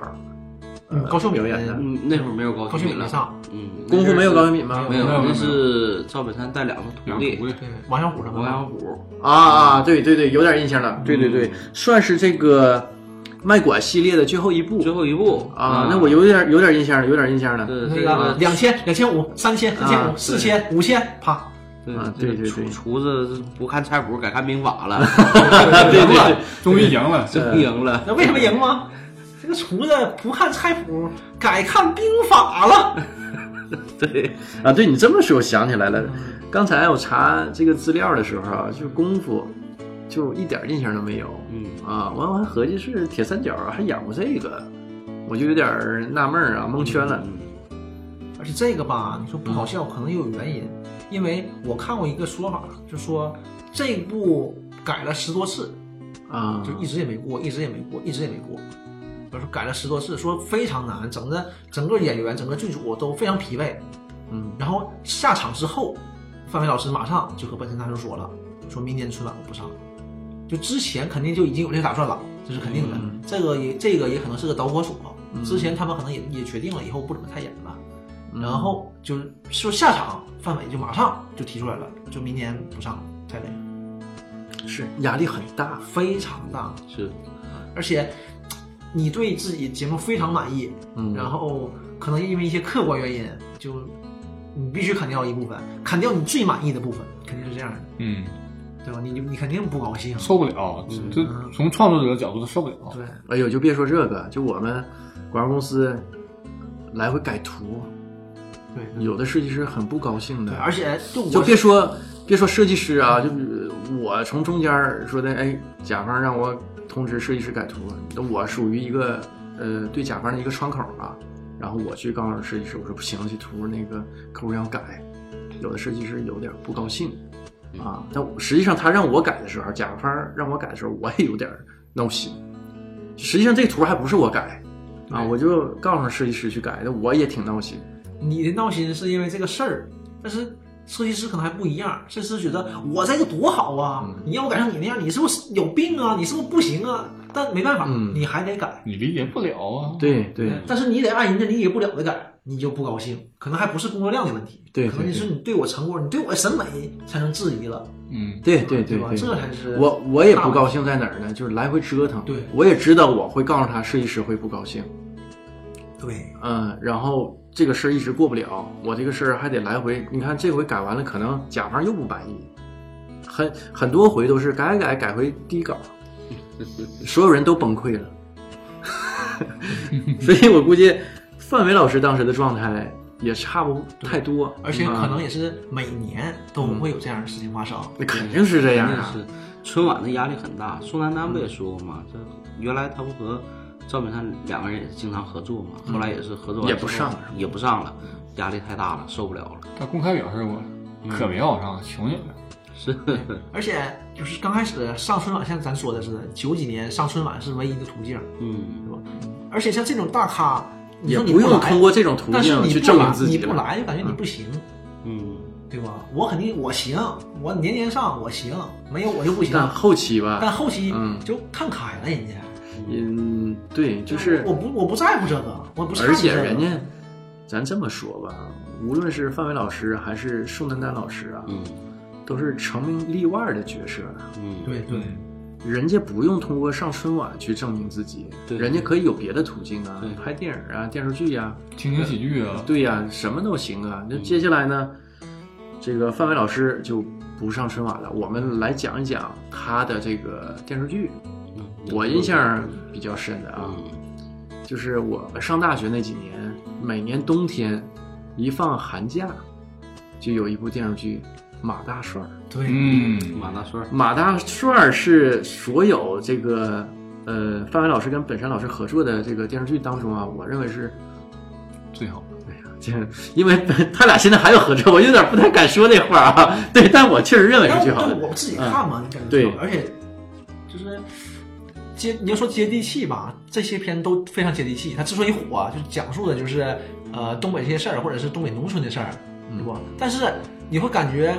呃
嗯，高秀敏
表演的
嗯那会儿没有高
高秀敏
敏
没
了，
上，
嗯，
功夫没有高晓敏吗？
没有，
没有没有
那是赵本山带两个徒
两
弟
徒，弟，
对，王小虎什么
王
的
小。虎，
啊啊，对对对，有点印象了，对对对，算是这个卖拐系列的最后一部
最后嗯一部
啊，那我有点有点印象了，有点印象了。
是
那
这
个两千、两千五、三千、四千
啊
五、四千、五千，啪，
啊
这
对
个
对
厨
对
厨子不看菜谱，改看兵 法了，
对对 对，
终于赢了。
真赢了。
那为什么赢吗？这个厨子不看菜谱，改看兵法了。
对，
啊，对你这么说，我想起来了，刚才我查这个资料的时候啊，就功夫就一点印象都没有
嗯，
啊，完我还合计是铁三角啊还演过这个，我就有点儿纳闷儿啊，蒙圈了。
而且这个吧，你说不好笑，可能也有原因，因为我看过一个说法，就说这部改了十多次，
啊，
就一直也没过，一直也没过，一直也没过。就是改了十多次，说非常难，整个整个演员、整个剧组都非常疲惫。
嗯，
然后下场之后，范伟老师马上就和本身大叔说了，说明年春晚我不上了。就之前肯定就已经有这个打算了，这是肯定的。
嗯
这个也这个也可能是个导火索。之前他们可能也也决定了以后不怎么太演了，
嗯
然后就是说下场，范伟就马上就提出来了，就明年不上了，太累了，
是压力很大，
非常大。
是
而且你对自己节目非常满意，
嗯
然后可能因为一些客观原因，就你必须砍掉一部分，砍掉你最满意的部分，肯定是这样的，
嗯，
对吧？你你你肯定不高兴，啊
受不了，
嗯
这这从创作者的角度，他受不了。
对，
哎呦，就别说这个，就我们广告公司来回改图，
对对
有的设计师很不高兴的
对，，而且就我
就别说别说设计师啊，就是我从中间儿说的，哎，甲方让我通知设计师改图，我属于一个呃对甲方的一个窗口吧，然后我去告诉设计师，我说不行，这图那个客户要改，有的设计师有点不高兴啊，但实际上他让我改的时候，甲方让我改的时候，我也有点儿闹心，实际上这图还不是我改。啊，我就告诉设计师去改的，我也挺闹心。
你的闹心是因为这个事儿，但是设计师可能还不一样，设计师觉得我这个多好啊，
嗯
你要我改成你那样，你是不是有病啊？你是不是不行啊？但没办法，
嗯
你还得改，
你理解不了啊。
对对
但是你得按人家理解不了的改，你就不高兴，可能还不是工作量的问题，
对对
可能是你对我成果，你对我的审美产生质疑了，
嗯，
对对
对
对
吧？
对，
这才是
我我也不高兴在哪儿呢？就是来回折腾。
对
我也知道我会告诉他设计师会不高兴，
对
嗯，然后这个事儿一直过不了，我这个事儿还得来回。你看这回改完了，可能甲方又不满意，很很多回都是改改改回第 一稿，所有人都崩溃了。 所以我估计范伟老师当时的状态也差不太多，嗯
而且可能
也、
也是每年都会有这样的事情发生。
那肯定是这样
真的
啊。
是春晚的压力很大。宋丹丹不也说过吗？这原来他不和赵本山两个人也是经常合作嘛，后来也是合作完
嗯也不
之后
上了是吧
也不上了，压力太大了，受不了了。
他公开表示过，
嗯
可别要我上，求你了。
是，
而且就是刚开始上春晚，像咱说的似的，九几年上春晚是唯一的途径，
嗯，
对吧？而且像这种大咖，你
也
说你
不用
来
通过这种途
但是
径
你
去
不
证明
来
自己
你不
了
来就感觉你不行，
嗯，
对吧？我肯定我行，我年年上我行，没有我就不行。
但后期吧，
但后期
嗯
就看开了，人家
嗯，对，就是
我不我不在乎这个，我不在乎
而且
这个啊
人家，咱这么说吧，无论是范伟老师还是宋丹丹老师啊，
嗯，
都是成名立万的角色啊。
嗯，
对对
人家不用通过上春晚去证明自己，
对
人家可以有别的途径啊
对，嗯
拍电影啊、电视剧呀、
情景喜剧啊，
对呀、什么都行啊。那接下来呢，这个范伟老师就不上春晚了，我们来讲一讲他的这个电视剧。
嗯，
我印象比较深的啊，
嗯，
就是我上大学那几年，每年冬天一放寒假，就有一部电视剧《马大帅》。
对，
嗯，
马大帅，
马大帅是所有这个呃范伟老师跟本山老师合作的这个电视剧当中啊，我认为是
最好。
这，因为他俩现在还有合作，我有点不太敢说这话啊。对，但我确实认为
但
是
我
最好
对
的。嗯
我自己看嘛，你感觉
对
而且就是接你要说接地气吧，这些片都非常接地气。它之所以火、啊，就是讲述的就是呃东北这些事儿，或者是东北农村的事儿，对吧？
嗯
但是你会感觉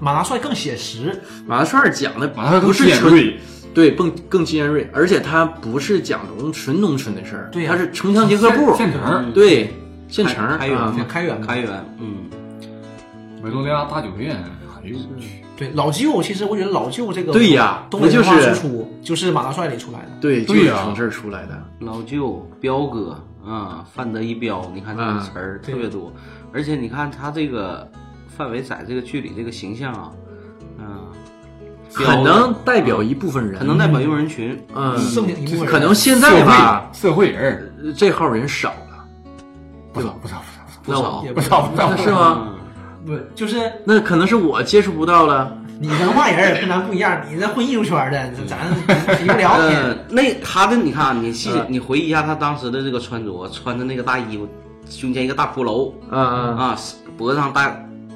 马大帅更写实，
马大帅讲的
马大帅
不
更
是
尖
纯
锐，
对，更更尖锐，而且他不是讲农纯农村的事儿，
对呀
他是城乡结合部，
县城儿，
嗯
对，县城
开
儿
开源
啊
嘛，
开源嘛
开源，嗯，
维多利亚大酒店，哎呦我去，
对老舅，其实我觉得老舅这个
对呀
东北
不就
文
是
化输出就是马大帅里出来的。
对，啊就
对
是
呀
从这儿出来的。
老舅、彪哥啊，范德一彪，你看这个
嗯
词儿特别多，而且你看他这个范伟在这个剧里这个形象啊，嗯，彪
很
哥
能啊代表一部分人，
可能代表用人群，
嗯，
剩下一部分人
可能现在吧，
社会人儿，
呃这号人少了，
不少不少不少不少
那我
也
不少不少，
那是吗？
嗯，
不就是
那可能是我接触不到了，
你文化人儿跟咱不一样，你这混艺术圈的，这咱比不了你。
呃，那他的你看，你细
嗯
你回忆一下他当时的这个穿着，穿的那个大衣服，胸前一个大骷髅
嗯嗯，
啊，脖子上大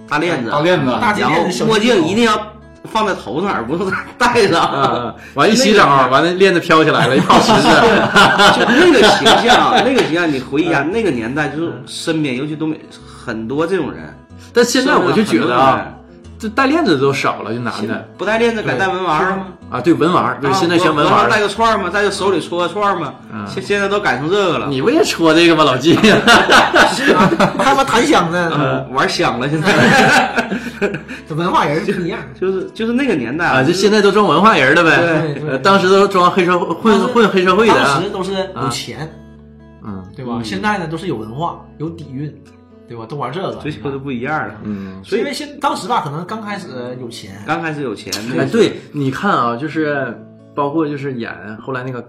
大链子，
大链子，
大
啊然后墨镜一定要放在头上，而不是 戴
嗯
上
嗯。 完一洗澡，完了链子飘起来了，一 泡池子，
就那个形象，那个形象，你回忆一下
嗯
那个年代，就是身边，尤其东北很多这种人。
但现在我就觉得啊，
是
这戴链子都少了，就
不
男
是，现在
的
不戴链子改戴文玩儿吗？
啊，对文玩儿，对
啊
现在全文
脖
玩
上
儿
戴
了，
个串儿吗？在手里戳个串儿吗？
嗯
现现在都改成这个了。
你不也戳这个吗，老 季？
还他妈檀香呢，
嗯玩香了，现在
这文化人儿不一样。
就是就是那个年代
啊，就现
在
在都装文化人了呗
对，对
呃当时都装黑社会混混黑社会的
当
啊
时，都是有钱，
嗯
对吧？现在呢都是有文化、有底蕴，对吧？都玩这个。
追求的不一样了。
嗯。
所
因
以
为现当时吧，可能刚开始呃有钱，
刚开始有钱，那
哎，
个
对，你看啊，就是包括就是演后来那个，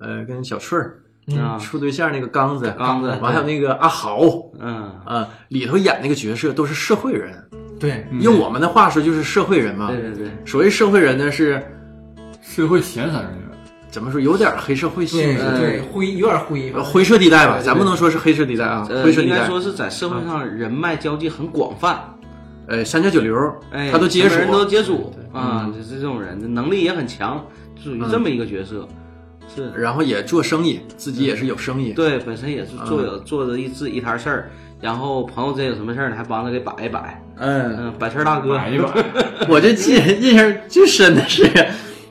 呃，跟小顺儿
啊，
处对象那个刚子，
刚子
完还有那个阿豪
嗯，
啊，里头演那个角色都是社会人，
对，
用我们的话说就是社会人嘛
嗯对。对对，
所谓社会人呢，是
社会闲散人员，
怎么说，有点黑社会性
对
质，
对，灰有点灰吧
嗯呃，灰色地带吧，
对
咱不能说是黑色地带啊，
呃，
灰色
应
地
该
带，
说是在社会上人脉交际很广泛，
呃，三教九流，
哎，
他都接
什
触
么人，都接触啊
对对
嗯啊，就是这种人，能力也很强，属于这么一个角色。是
然后也做生意，自己也是有生意。，
对，本身也是做有做着一自一摊事儿，然后朋友之间有什么事儿呢，还帮着给摆一摆，
嗯，
嗯，摆事儿大哥，
摆一摆，
我这记印象最深的是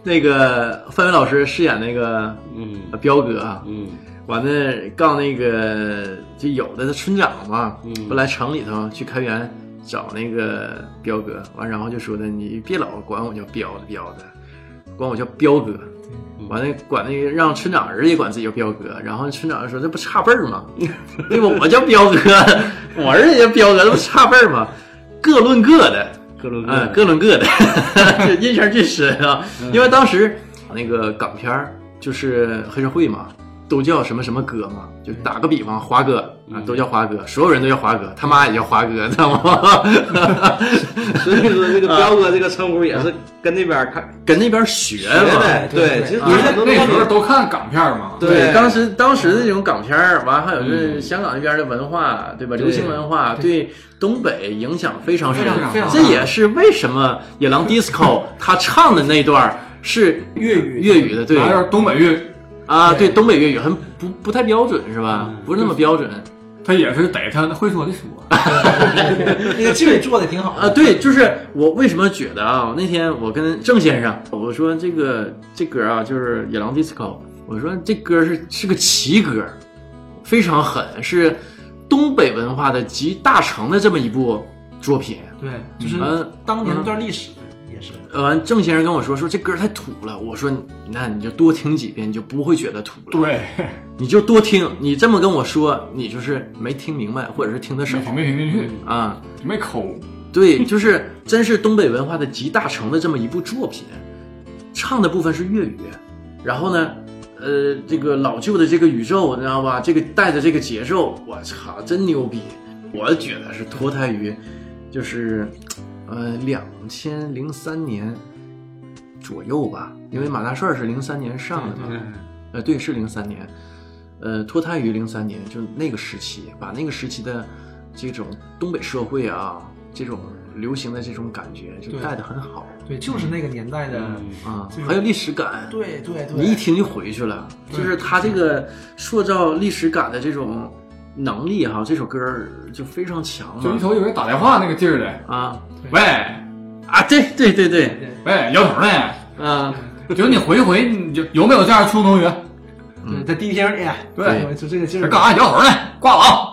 那个范伟老师饰演那个
嗯
彪哥啊，
嗯
完了告那个就有的村长嘛，
嗯
不来城里头去开源找那个彪哥，完然后就说的你别老管我叫彪子彪子，管我叫彪哥。完了，管那个让村长儿也管自己叫彪哥，然后村长就说这不差辈儿吗？对吧？我叫彪哥，我儿子也叫彪哥，这不差辈儿吗？各论各的，
各嗯路
嗯，各论 各的，这印象最深啊。因为当时那个港片儿就是黑社会嘛，都叫什么什么哥嘛，就
嗯
打个比方，华哥啊，都叫华哥，所有人都叫华哥，他妈也叫华哥，知道吗？ 啊
所以说这个彪哥这个称呼也是跟那边儿看
跟那边学
学
嘛
的，。嗯对，其实
因为
很多
那时候
东西
都看港片儿嘛，
对
当时当时的这种港片儿，完还有就是香港那边的文化，嗯对吧？流行文化对东北影响非常深
非常非，常
这也是为什么野狼 disco 他唱的那段儿是
粤语
粤语的，对，
还有东北粤，
啊，对，东北粤语很不不太标准是吧？不是那么标准
他也是得他会说的啊说，
那个结尾做的挺好
啊。对，就是我为什么觉得啊，那天我跟郑先生我说这个这歌啊，就是《野狼 DISCO》，我说这歌是是个奇歌，非常狠，是东北文化的集大成的这么一部作品。
对，就是
嗯
当年那段历史也是。
呃，完郑先生跟我说说这歌太土了，我说那你就多听几遍，你就不会觉得土了。
对，
你就多听，你这么跟我说，你就是没听明白，或者是听的少
没没听进去，
啊。
没抠，
对，就是真是东北文化的集大成的这么一部作品。唱的部分是粤语，然后呢，呃，这个老旧的这个宇宙，你知道吧？这个带着这个节奏，我操，真牛逼！我觉得是脱胎于，就是，呃，两千零三年左右吧，因为马大帅是零三年上
嗯
的嘛，呃，对，是零三年，呃，脱胎于零三年，就那个时期，把那个时期的这种东北社会啊，这种流行的这种感觉，就
对
带的很好
对，就是那个年代的，
嗯
啊
这，种
很有历史感。
对对对，
你一听就回去了，就是他这个塑造历史感的这种能力哈，这首歌儿就非常强
就一
了
瞅有人打电话那个劲儿的，
啊
喂
啊！对对对对，
喂，摇头呢，
啊，
就你回回你就有没有这样的初中同学？
对，在第一天，哎呀，
嗯
对
我就这个劲
这
儿，
干啥？摇头呢，挂了啊。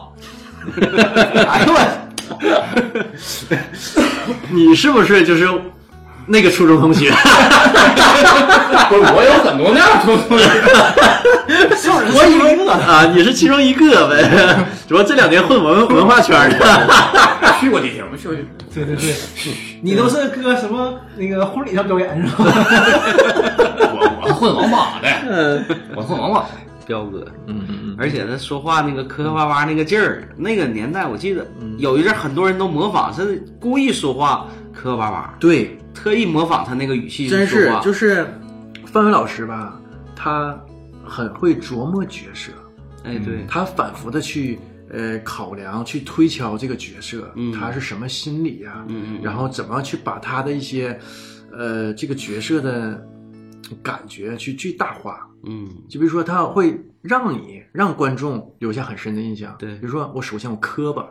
哎呦我， 你是不是就是那个初中同学？
不是，我有很多那样的初中同学，
我以为啊，你是其中一个 呗，主要这两年混文文化圈 儿的，
去过地铁，我去过地铁。
对对 对，你都是搁什么那个婚礼上表演是吧？
我我混王八
呃
的，我混王八。
彪哥，嗯，而且他说话那个磕磕巴巴那个劲儿，那个年代我记得
嗯
有一阵儿很多人都模仿，是故意说话磕磕巴巴，
对，
特意模仿他那个语气
真
说
是
话，
就是是范伟老师吧，他很会琢磨角色，
哎对，
他反复的去呃考量、去推敲这个角色，
嗯
他是什么心理呀、
嗯嗯嗯
然后怎么去把他的一些呃这个角色的感觉去最大化，
嗯
就比如说他会让你让观众留下很深的印象。
对
比如说我首先我磕巴，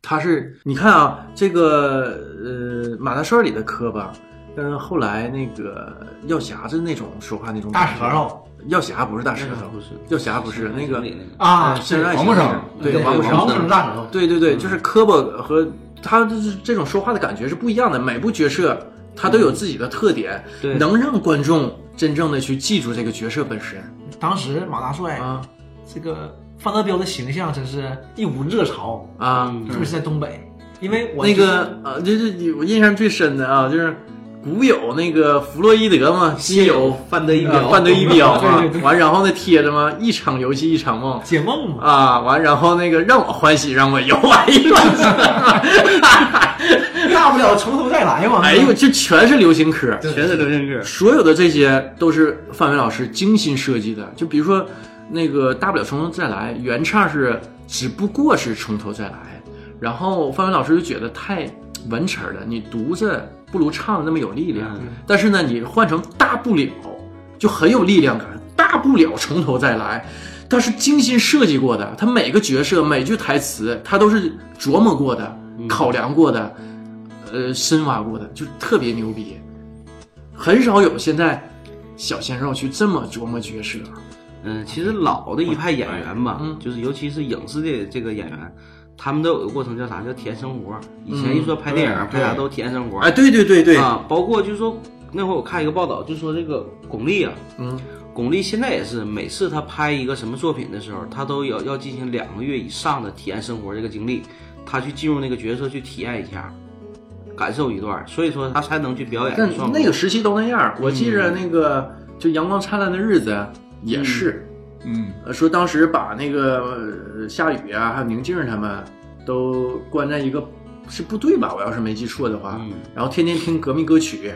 他是你看啊，这个呃马大帅里的磕巴，跟后来那个药匣子那种说话那种
大舌，头
药匣不是大舌
那
头
个不是，
药匣不是那个
那个
啊，
呃深爱
王木生
对
对
王木
王木
生
生大舌头，
对对对，就是磕巴和他就是这种说话的感觉是不一样的。每部角色他都有自己的特点，
对
能让观众真正的去记住这个角色本身
当时马大帅
啊
这个范德彪的形象真是一股热潮，
啊。
特别是在东北，因为我
那个呃，就是我印象最深的啊，就是古有那个弗洛伊德嘛，西有
范德一
呃
彪，
范德伊 彪嘛
对对，对
啊完然后那贴着嘛，一场游戏一场梦。
解梦嘛，
啊，完，然后那个让我欢喜，让我忧，哎呦我，
大不了从头再来嘛。
哎呦，这全是流行嗑，
全是流行歌，
所有的这些都是范伟老师精心设计的。就比如说那个《大不了从头再来》，原唱是只不过是从头再来，然后范伟老师就觉得太文词儿了，你读着嗯不如唱的那么有力量。但是呢，你换成大不了就很有力量感，大不了从头再来。它是精心设计过的，它每个角色、每句台词，它都是琢磨过的、考量过的，呃，深挖过的，就特别牛逼。很少有现在小鲜肉去这么琢磨角色，
嗯，其实老的一派演员吧，
嗯
就是尤其是影视的这个演员，他们都有个过程叫啥？叫填生活。以前一说拍电影、
嗯对
拍啥都填生活。
哎，对对对对，
啊，包括就是说那会儿我看一个报道，就说这个巩俐啊，
嗯，
巩俐现在也是每次她拍一个什么作品的时候，她都要要进行两个月以上的体验生活这个经历，她去进入那个角色去体验一下，感受一段，所以说她才能去表演
但
创作。
那个时期都那样。我记
嗯
着那个就《阳光灿烂的日子》也是，
嗯，
呃说当时把那个呃夏雨啊，还有宁静他们都关在一个是部队吧，我要是没记错的话，
嗯
然后天天听革命歌曲，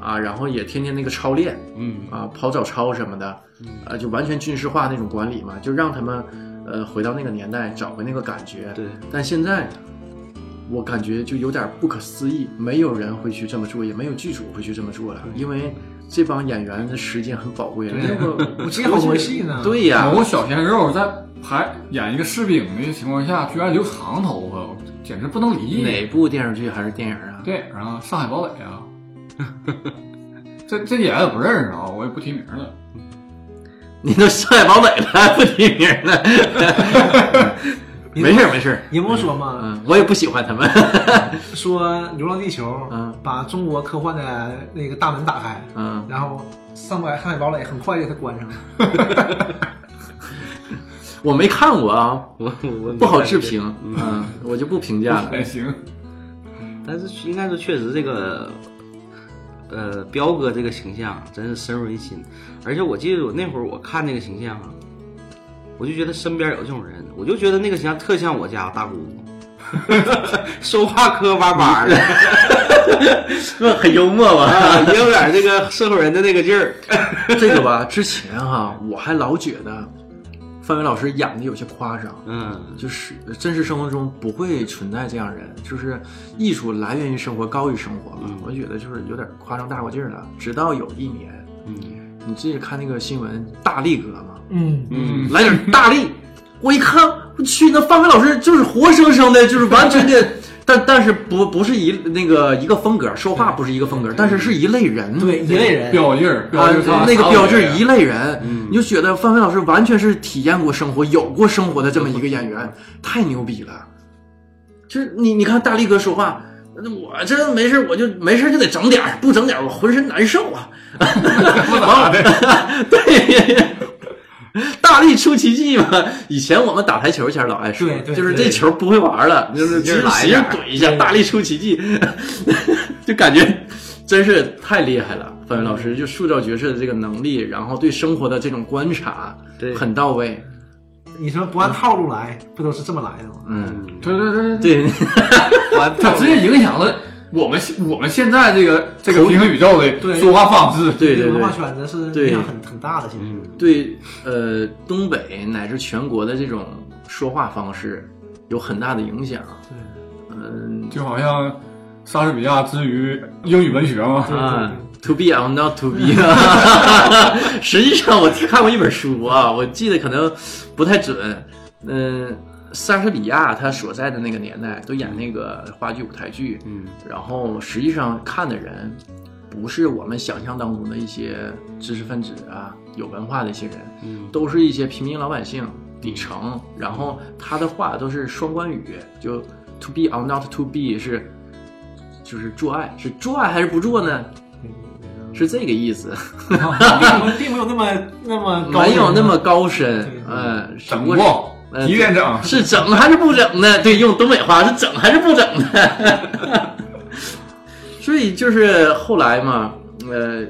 啊，然后也天天那个操练
嗯
啊，跑早操什么的，啊，就完全军事化那种管理嘛，就让他们呃回到那个年代，找回那个感觉。
对，
但现在我感觉就有点不可思议，没有人会去这么做，也没有剧组会去这么做了，因为这帮演员的时间很宝贵了。那个
我今天好多戏呢。
对呀、
某小鲜肉在排演一个士兵的情况下，居然留长头发，我简直不能理解。
哪部电视剧还是电影啊？
电影啊，《上海堡垒》啊，这这演员我不认识啊，我也不提名了。
你都上海堡垒了，还不提名呢？没事儿没事儿，
你不说嘛，
嗯，我也不喜欢他们。
说《流浪地球》
嗯
把中国科幻的那个大门打开，
嗯，
然后上海上海堡垒很快就给它关 上了。
我没看过啊，
我我我
不好置评，嗯，我就不评价了。
还行，
但是应该说，确实这个，呃，彪哥这个形象真是深入人心。而且我记得我那会儿我看那个形象啊，我就觉得身边有这种人，我就觉得那个形象特像我家大姑姑， 说话磕巴 巴的，
那很幽默吧？
啊， 也有点这个社会人的那个劲儿。
这个吧，之前哈、我还老觉得范伟老师演的有些夸张，
嗯，
就是真实生活中不会存在这样人，就是艺术来源于生活，高于生活嘛。
嗯
我觉得就是有点夸张大过劲儿了。直到有一年，
嗯，
你记得看那个新闻，大力哥嘛，
嗯，
嗯，
来点大力，我一看，我去，那范伟老师就是活生生的，就是完全的，但但是不不是一那个一个风格，说话不是一个风格，但是是一类人，
对，一类人。
标劲儿，标
啊
劲儿上，
那个标志
上
一类人，你就觉得范伟老师完全是体验过生活、有过生活的这么一个演员，太牛逼了。就是你，你看大力哥说话，我这没事，我就没事就得整点儿不整点儿我浑身难受啊。
不咋的，
对，大力出奇迹嘛。以前我们打台球前老爱说
对，对
就是
对
这球不会玩了，就是
劲儿
使劲
来
使劲
一下
怼一下，大力出奇迹， 就感觉真是太厉害了。范伟老师就塑造角色的这个能力，然后对生活的这种观察
对，
很到位。
你说不按套路来，不都是这么来的吗？
嗯，
对对对对，
对，
完
它直接影响了我们现我们现在这个这个平行宇宙的说话方式。
对对
文
对
化。圈子是
对嗯
影响很很大的，其实。
对，呃，东北乃至全国的这种说话方式有很大的影响。嗯，
就好像莎士比亚之于英语文学嘛。
啊，to
嗯
be I'm not to be 啊。实际上我看过一本书啊，我记得可能不太准。嗯，莎士比亚他所在的那个年代都演那个话剧、舞台剧，
嗯
然后实际上看的人不是我们想象当中的一些知识分子啊、有文化的一些人，
嗯
都是一些平民老百姓、
嗯
底层。然后他的话都是双关语，就 to be or not to be 是就是做爱，是做爱还是不做呢？
嗯
是这个意 思，
并并没有那么那么高，啊
没有那么高深
对，
嗯，只
整
不过
过
嗯
几点整？
是整还是不整呢？对，用东北话是整还是不整呢？ 所以就是后来嘛，呃，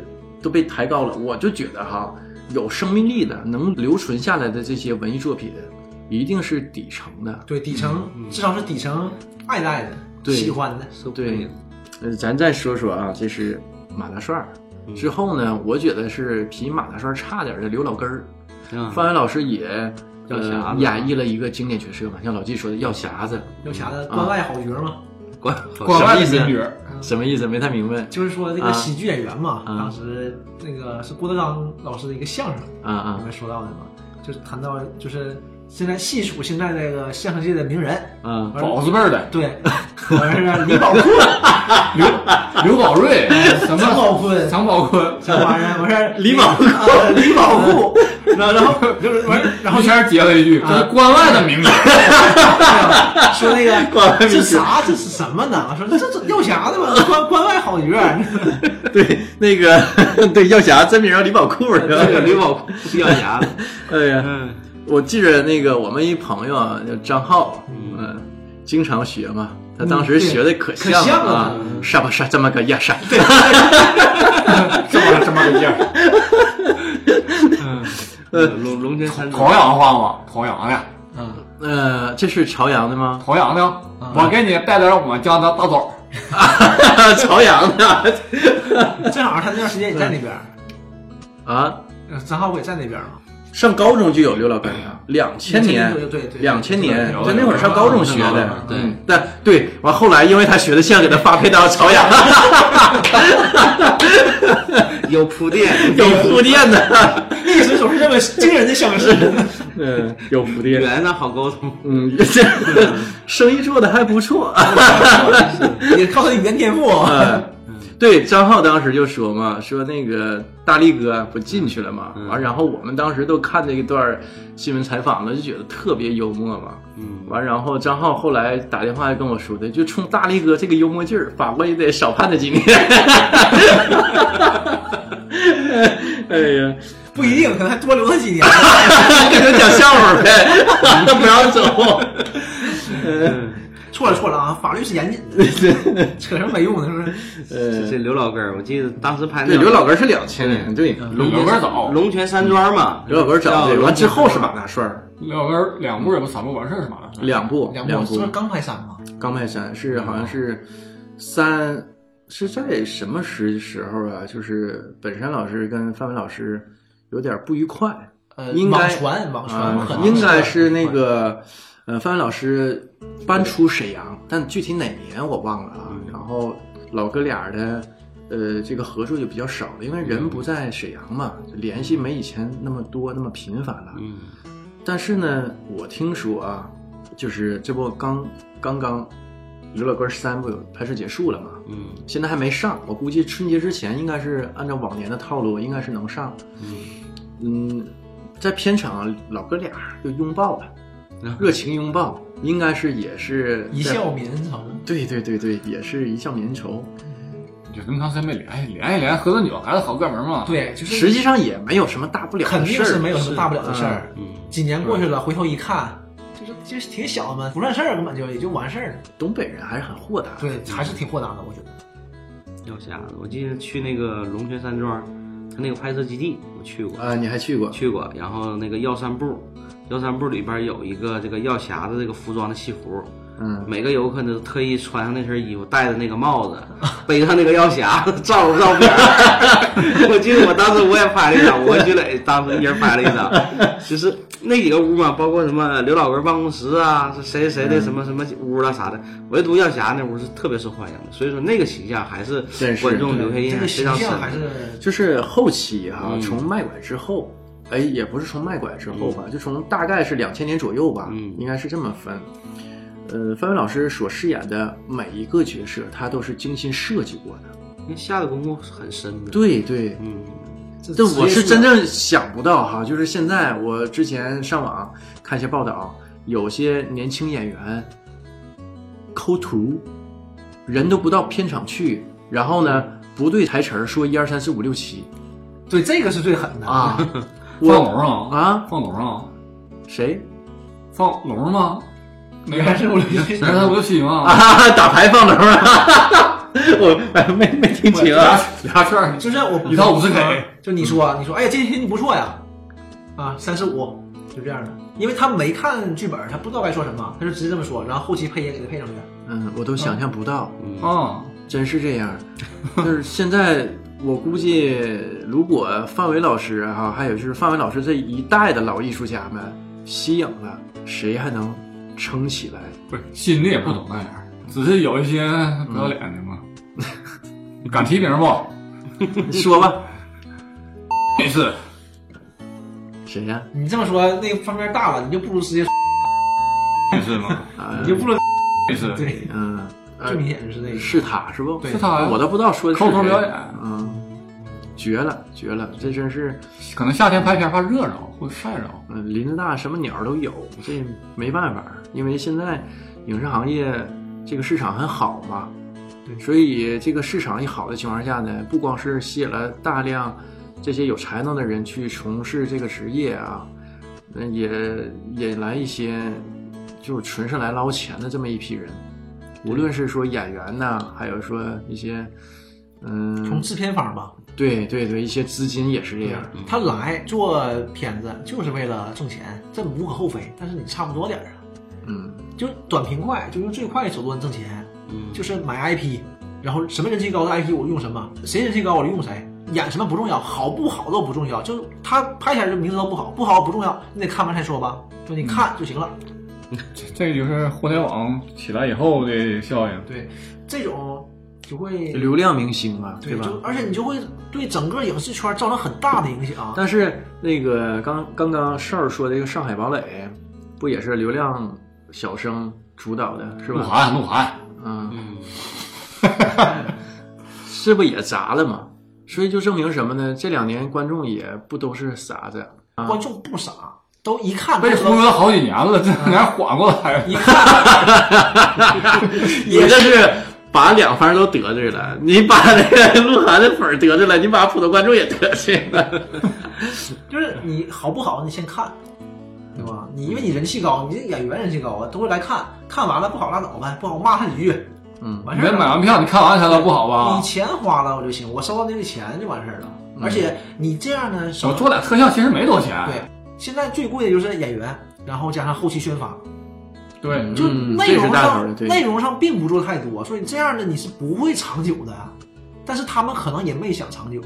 都被抬高了。我就觉得哈，有生命力的、能留存下来的这些文艺作品，一定是底层的。
对底层，至少是底层爱戴的、
嗯对
喜欢的。
对，呃，咱再说说啊，这是马大帅儿。之后呢，我觉得是比马大帅儿差点儿的刘老根儿。
嗯
范伟老师也
药匣
呃
子
演绎了一个经典角色嘛，像老纪说的药匣子，啊
有啥子关外好角嘛？
关
关外
什么意思
的名角，
什么意思？没太明白。
就是说这
啊
个喜剧演员嘛，
啊
当时那个是郭德纲老师的一个相声，里
啊啊
面说到的嘛，就是谈到就是现在细数现在这个相声界的名人，
啊！
宝字辈 儿的，
对，完事儿李宝库、
刘宝瑞，哎什
张
么
宝坤，
常宝坤，哎
这玩意儿完事儿
李宝库
啊李宝库，然后然后就是完事儿然后
一圈接了一句，这是关外的名人，
说那个
关外
这
明星
啥这是什么呢？说这这药匣子吧， 关关外好角儿，
对，那个对药匣真名叫李宝库是吧？
对，李宝库比较严。
哎呀，
嗯，
我记着那个我们一朋友啊，叫张浩，嗯，经常学嘛。他当时学的可
嗯对可
像
像
了啊
了，
啥吧啥这么个样啥，对，
这么这么个样儿，
呃龙龙泉山
朝阳话吗？朝阳的，
呃，这是朝阳的吗？
朝阳的，我给你带点我们家的大枣儿。
朝阳的
正好他那段时间也在那边儿，
啊，
呃张浩不也在那边儿吗？
上高中就有刘老根了，两千年，
对对对，
两千年，
有
就那会儿上高中学
有有
的，
对
嗯，但对，完后来因为他学的像，给他发配到朝阳，
有铺垫，
有铺垫的，
历史总是这么惊人的相似。
嗯，有铺垫，
原呢好沟通。
嗯，这生意做的还不错。
也靠他的语言天赋。
嗯，对，张浩当时就说嘛，说那个大力哥不进去了嘛，完、然后我们当时都看这一段新闻采访了，就觉得特别幽默嘛。
嗯，
完，然后张浩后来打电话跟我说的，就冲大力哥这个幽默劲儿，法国也得少判他几年。哎 呀，
不一定，可能还多留他 几年。
跟他讲笑话呗，他不让走。
错了错了啊，法律是严谨的，扯什么没用的，是不是？
这
呃，
刘老根儿，我记得当时拍那
对，刘老根是两千年，对，
刘老根儿早，
龙泉山庄嘛，
嗯刘老根找
叫
的，完之后是
吧？
马大帅儿，
刘老根儿两部也不三部完事儿是吧？哎
两部嗯
两
两
部是不是刚拍三嘛？
刚派山是好像是三是在什么时时候啊？就是本山老师跟范伟老师有点不愉快，
呃，
应该
网传网传
啊
可能
应该是那个呃范伟老师搬出沈阳，但具体哪年我忘了啊。然后老哥俩的呃这个合作就比较少了，因为人不在沈阳嘛，联系没以前那么多那么频繁了。
嗯，
但是呢，我听说啊，就是这不刚刚刚《刘老根三》不有拍摄结束了吗？
嗯，
现在还没上，我估计春节之前应该是按照往年的套路，应该是能上。嗯，在片场啊老哥俩就拥抱了，热情拥抱，应该是也是
啊一
在
笑。泯恩仇。
对对对对，也是一笑泯恩仇。
就这么长时间没联系，联系联系，喝顿酒还是好哥们儿嘛。
对，就是
实际上也没有什么大不了
肯
的
定
事儿，
是没有什么大不了的事儿。
嗯，
几年过去了，回头一看，就是就是挺小的嘛，不算事儿，根本就也就完事儿了。
嗯
嗯
东北人还是很豁达的。
对，还是挺豁达的，我觉得。
药匣子，我记得去那个龙泉山庄，他那个拍摄基地我去过，
啊，你还去过？
去过。然后那个药膳部，药膳部里边有一个这个药匣子这个服装的戏服，
嗯，
每个游客呢都特意穿上那身衣服，戴着那个帽子， 背上那个药匣子，照着照片儿。 我记得我当时我也拍了一张，我跟徐磊当时一人拍了一张。就是那几个屋嘛，包括什么刘老根办公室啊，是谁谁谁的什么什么屋啦、啥的，唯独药匣那屋是特别受欢迎的。所以说那个形象还是
真是
观众留下
这
印象
个
非
形
常深
象
的。
还是
就是后期哈、
嗯
从卖拐之后，哎，也不是从卖拐之后吧，就从大概是两千年左右吧，
嗯
应该是这么分。呃，范伟老师所饰演的每一个角色，他都是精心设计过的。
那下的功夫很深的。，
对对，
嗯，
这
职业
我是
素
真
养
正想不到哈，就是现在我之前上网看一些报道，有些年轻演员抠图，人都不到片场去，然后呢不对台词儿说一二三四五六七
对这个是最狠的。
啊，
放龙啊
啊
放龙啊，
谁
放龙吗？那
原来是我 留
原来我就喜欢啊，
啊？ 打牌放龙啊？我没没听清啊。
俩券儿
就是我
一套五十 K
就你说你说，哎呀，这题你不错呀，啊，三十五，就这样的，因为他没看剧本，他不知道该说什么，他就直接这么说，然后后期配音给他配上去。
嗯，我都想象不到，
啊，
真是这样。就是现在，我估计如果范伟老师哈、还有就是范伟老师这一代的老艺术家们吸引了，谁还能撑起来？
不是吸引力也不懂那样儿，只是有一些不要脸的嘛。 敢提名不？
你说吧，
也是，
谁呀、
你这么说，那个方面大了，你就不如直接，
也是 吗？
啊？
你就不如
也 是，
对，
嗯，呃
最明显就是那个。
是他是不？
对
是他呀
我都不知道说的是
口头
谁
表演，
嗯，绝了，绝了，这真是，
可能夏天拍片怕热闹或晒着。
嗯、林子大什么鸟儿都有，这没办法，因为现在影视行业这个市场很好嘛，
对
所以这个市场一好的情况下呢，不光是吸引了大量这些有才能的人去从事这个职业啊，那也引来一些就是纯是来捞钱的这么一批人，无论是说演员呐、还有说一些。嗯，
从制片方吧，
对对对，一些资金也是这样。
他来做片子就是为了挣钱，这无可厚非。但是你差不多点儿啊，
嗯，
就是短平快，就用最快的手段挣钱，
嗯，
就是买 IP，然后什么人气高的 IP 我用什么，谁人气高我就用谁，演什么不重要，好不好都不重要，就是他拍起来就名字都不好，不好不重要，你得看完再说吧，就
嗯
你看就行了。
这这就是互联网起来以后的效应。
对，这种就会
流量明星啊，
对
吧？
就而且你就会对整个影视圈造成很大的影响。
但是那个刚刚刚少儿说这个《上海堡垒》，不也是流量小生主导的，是
鹿
吧？
晗，鹿晗，
嗯，
嗯，
是不也砸了嘛？所以就证明什么呢？这两年观众也不都是傻子啊，
观众不傻，都一看
被
就知道
忽悠了好几年了，这哪缓过来？
一看，
你这是把两方都得罪了，你把那个鹿晗的粉儿得罪了，你把普通观众也得罪了。
就是你好不好，你先看，对吧？你因为你人气高，你这演员人气高啊，都会来看，看完了不好拉倒呗，不好骂他几句，
嗯，
完
你
事
这
儿
买
了。
完票，你看完才了不好吧
你？钱花了我就行，我收到那个钱就完事儿了。
嗯
而且你这样呢，少
我做俩特效其实没多少钱。
对，现在最贵的就是演员，然后加上后期宣发，
对，
就
嗯
内
这是
容
大头儿
上
的对
内容上并不做太多，所以这样的你是不会长久的。但是他们可能也没想长久，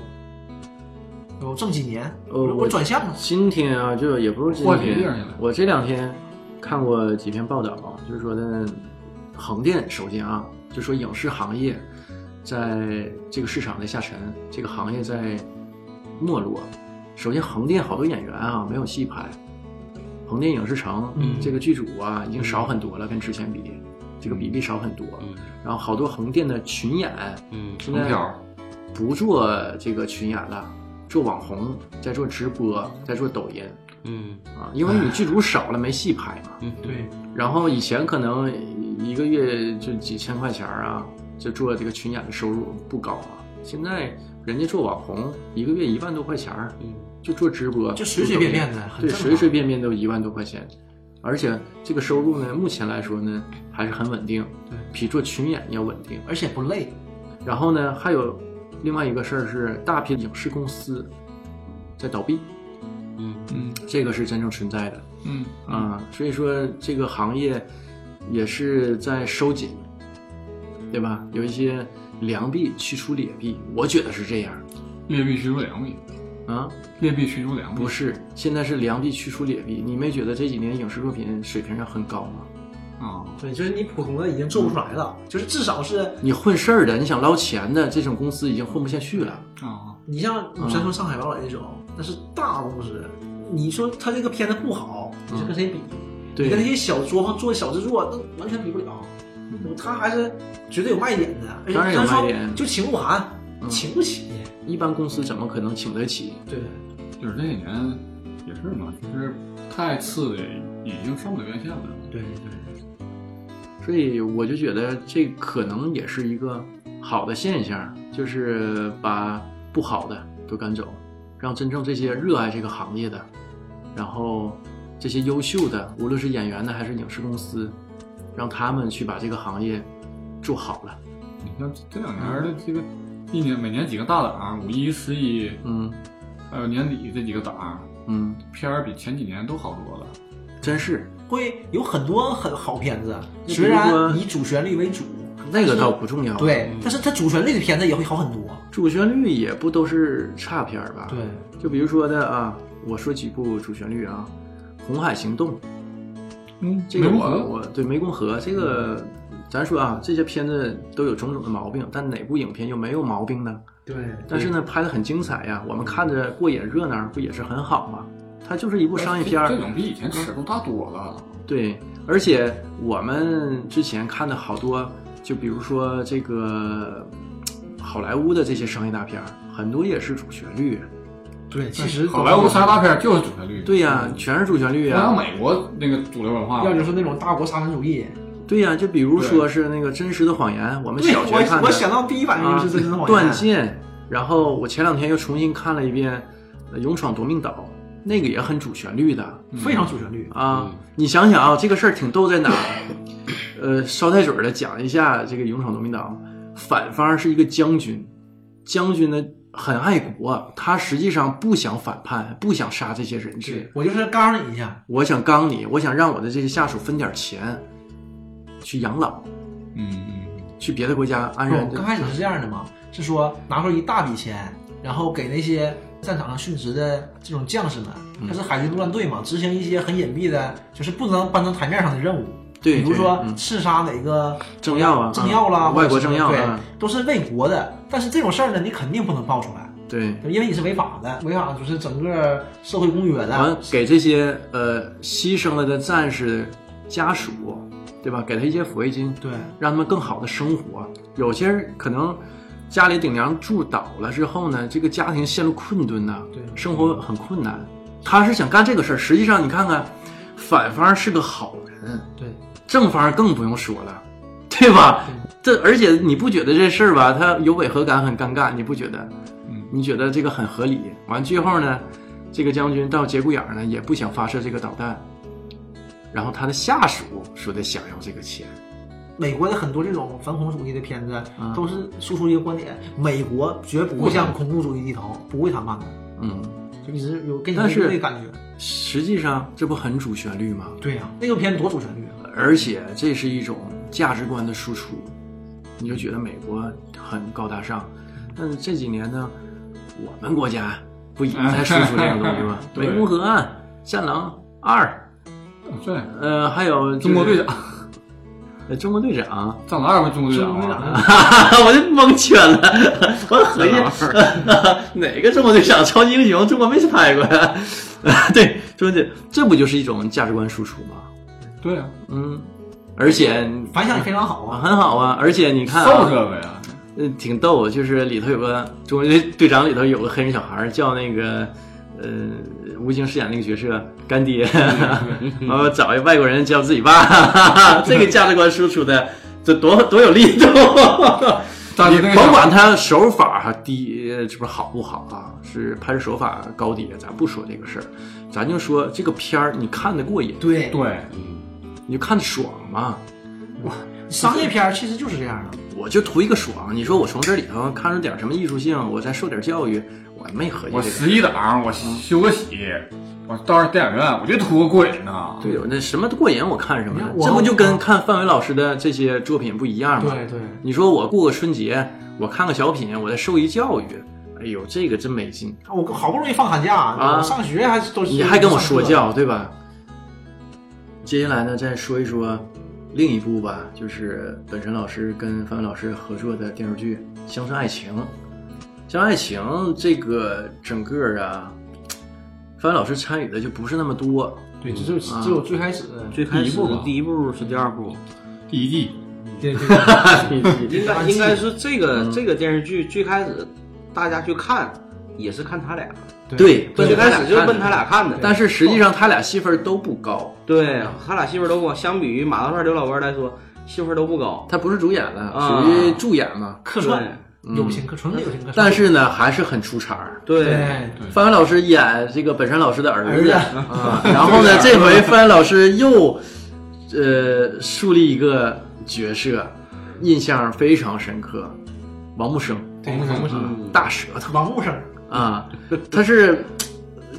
有这么几年，
呃
我
我
转向了。
今天啊，就也不是今
换别地儿去
天
了，
我这两天看过几篇报道啊，就是说的横店，首先啊，就说影视行业在这个市场的下沉，这个行业在没落。首先，横店好多演员啊没有戏拍，横店影视城、
嗯
这个剧组啊已经少很多了，跟之前比，这个比例少很多。
嗯
然后好多横店的群演
嗯
现
成
在
票。
不做这个群演了，做网红，在做直播，在做抖音。
嗯
啊，因为你剧组少了，没戏拍嘛。
嗯，
对，
然后以前可能一个月就几千块钱儿啊，就做这个群演的收入不高啊。现在人家做网红，一个月一万多块钱儿，
嗯
就做直播，
就随随便便的
做抖音
很
对，
正常
随随便便都一万多块钱，而且这个收入呢，目前来说呢还是很稳定，
对
比做群演要稳定。
而且不累，
然后呢，还有另外一个事儿是，大批影视公司在倒闭，
嗯
嗯
这个是真正存在的。
嗯
啊，所以说这个行业也是在收紧，对吧？有一些良币驱逐劣币，我觉得是这样
劣币驱逐良币，
啊。
劣币驱逐良币。
不是，现在是良币驱逐劣币，你没觉得这几年影视作品水平上很高吗？
啊，
对，就是你普通的已经做不出来了，就是至少是
你混事儿的，你想捞钱的，这种公司已经混不下去了。
啊，
你像你像说上海堡垒这种，那是大公司，你说他这个片子不好，你是跟谁比？你跟那
嗯对，嗯
些小作坊做小制作，那完全比不了。他还是绝对有卖点的，而且
当然有
咱说
卖点
就请鹿晗，
嗯
请不起。
一般公司怎么可能请得起？
对，
就是这几年也是嘛，就是太次的已经上不了院线了。
对对，
所以我就觉得这可能也是一个好的现象，就是把不好的都赶走，让真正这些热爱这个行业的，然后这些优秀的，无论是演员呢还是影视公司，让他们去把这个行业做好了。
你像这两年的这个一年每年几个大档，五一、十一，
嗯
还有年底这几个档
嗯，
片儿比前几年都好多了。
真是
会有很多很好片子，
比
虽
如说
然以主旋律为主，
那个倒不重要，，
对，但是它主旋律的片子也会好很多。
主旋律也不都是差片儿吧？
对，
就比如说的啊，我说几部主旋律啊，《红海行动》。
嗯
这个我我对湄公河这个咱说啊，这些片子都有种种的毛病，但哪部影片又没有毛病呢？
对，
但是呢，拍的很精彩呀，我们看着过瘾热闹，不也是很好吗？它就是一部商业片儿
这，种比以前尺度大多了。
对，而且我们之前看的好多，就比如说这个嘖好莱坞的这些商业大片儿，很多也是主旋律。啊
对，其实
好莱坞三大片就是主旋律，
对呀、全是主旋律啊
不像
呀。
美国那个主流文化，
要就是那种大国沙文主义。
对呀、就比如说是那个《真实的谎言》，我们
对，
小学看
我
的。啊
我想到第一反应就是《真实的谎言
断》。剑，然后我前两天又重新看了一遍呃《勇闯夺命岛》，那个也很主旋律的
嗯非常主旋律，
啊。你想想啊，这个事儿挺逗在哪儿？呃，捎带嘴儿的讲一下这个《勇闯夺命岛》，反方是一个将军，将军呢很爱国，他实际上不想反叛，不想杀这些人质
对，我就是刚你一下，
我想刚你，我想让我的这些下属分点儿钱去养老，
嗯嗯，
去别的国家安然
不，
地。
哦刚开始是这样的嘛，是说拿出一大笔钱，然后给那些战场上殉职的这种将士们，
嗯
他是海军陆战队嘛，执行一些很隐蔽的，就是不能搬到台面上的任务，
对，
比如
对
说
嗯
刺杀哪个
政要啊
政要啦，
嗯外国政要
或者是
啊
对，都是为国的。但是这种事儿呢，你肯定不能爆出来，
对。
因为你是违法的，违法就是整个社会公约
完
的。
给这些呃牺牲了的战士家属，对吧？给他一些抚慰金，
对，
让他们更好的生活。有些人可能家里顶梁柱倒了之后呢，这个家庭陷入困顿呐、
对
生活很困难。他是想干这个事儿，实际上你看看，反方是个好人，
对，
正方更不用说了。对吧？这而且你不觉得这事儿吧，它有违和感，很尴尬，你不觉得？
嗯，
你觉得这个很合理。完最后呢，这个将军到节骨眼儿呢，也不想发射这个导弹，然后他的下属说的想要这个钱，
美国的很多这种反恐主义的片子
啊，
都是输出一个观点：美国绝不会向恐怖主义低头，不会谈判的。
嗯，
就一直有跟你
但是
那感觉。
实际上这不很主旋律吗？
对呀、那个片多主旋律啊！
而且这是一种价值观的输出，你就觉得美国很高大上，但是这几年呢，我们国家不也在输出这种东西 吗？
对
湄公河岸、战狼二，
嗯对，
呃，还有、
中国队长，，
呃，中国队长，
战狼二不是中国队
中
长啊
国
吗？
啊
党
我就蒙圈了，我合计 哪个中国队长、超级英雄，中国没拍过呀？ 对，中国队，这不就是一种价值观输出吗？
对啊，
嗯，而且
反响也非常好啊！
很好啊，而且你看、
受
啊，
这个呀，
呃挺逗，就是里头有个中国队队长，里头有个黑人小孩儿叫那个。呃，吴京饰演那个角色干爹，
嗯
然后找一外国人叫自己爸， 这个价值观输出的，这多多有力 度。
但
你
是那个
甭管他手法哈低，呃这不是好不好啊？是拍摄手法高低，咱不说这个事儿，咱就说这个片儿你看得过瘾，
对，
对，
你就看得爽嘛。
商业片儿其实就是这样的。
我就图一个爽，你说我从这里头看出点什么艺术性，我再受点教育，我没合计
我
这个。
十一档，我休个息，我到电影院我就图个过瘾呐。
对，我那什么过瘾我看什么
你看，我
这不就跟看范伟老师的这些作品不一样吗？
对对，
你说我过个春节，我看个小品，我再受一教育，哎呦，这个真没劲。
我好不容易放寒假，
啊
我上学还是都是
你还跟我
上课
说教，对吧？接下来呢，再说一说另一部吧，就是本神老师跟范伟老师合作的电视剧《乡村爱情》。《乡村爱情》这个整个儿啊，范伟老师参与的就不是那么多，
对，只有只有最开始的
最开
第一
始
部
的
吧
第一部是第二部，
第一季，
对对对
应该应该是这个
嗯
这个电视剧最开始大家去看也是看他俩，
对，奔
最
着他
开
俩
始就是
看
奔
的
他俩看的。
但是实际上他俩戏份都不高，
对他俩戏份都不高，相比于马大帅、刘老根来说，戏份都不高。
他不是主演了，
啊
属于助演嘛。
客
对
串，友情客纯友情客串。
但是呢，还是很出彩儿。
对，
对
范伟老师演这个本山老师的儿
儿子
啊，然后呢，这回范伟老师又呃树立一个角色，印象非常深刻，王木生，
对王木生，
大舌头
王木生，
啊，他是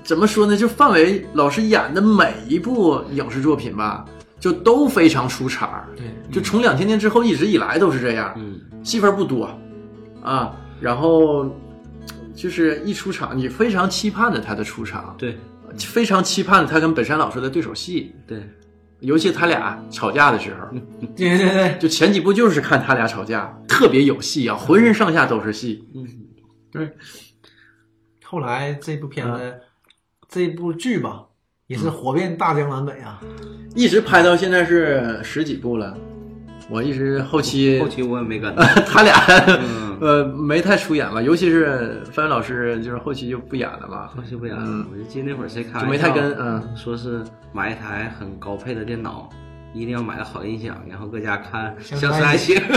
怎么说呢？就范伟老师演的每一部影视作品吧，就都非常出彩儿，
对
就从两千年之后一直以来都是这样，
嗯，
戏份不多啊，然后就是一出场，你非常期盼着他的出场，
对
非常期盼他跟本山老师的对手戏，
对，
尤其他俩吵架的时候，
嗯
对对对，
就前几部就是看他俩吵架，特别有戏啊，浑身上下都是戏。
后来这部片
嗯
子，这部剧吧，也是火遍大江南北啊。
嗯一直拍到现在是十几部了，我一直后期
后期我也没跟。
他俩
嗯
呃没太出演吧，尤其是范伟老师，就是后期就不演了嘛，
后期不演了，
嗯
我就记得那会儿谁开
就
玩
没太
笑
跟嗯
说是买一台很高配的电脑，一定要买个好音响，然后搁家看《
相
相
思
思
爱
爱情》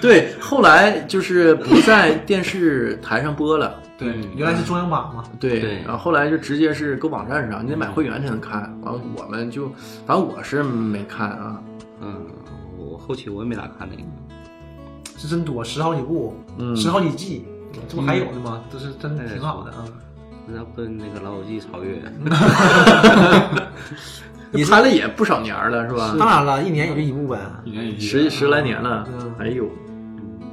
对，后来就是不在电视台上播了，
对，
原来是中央榜嘛，
对，
对
然后后来就直接是搁网站上，你得买会员才能看。完了我们就，反正我是没看啊，
嗯，我后期我也没咋看那个，
是真多，十好几部，
嗯
十好几季，这不还有呢吗？这是真挺好的啊。
要奔那个《老友记》超越。
也拍了也不少年了，是吧？
当然了，一年也就一部呗，
嗯
一年一季
十十来年了，
嗯
哎呦，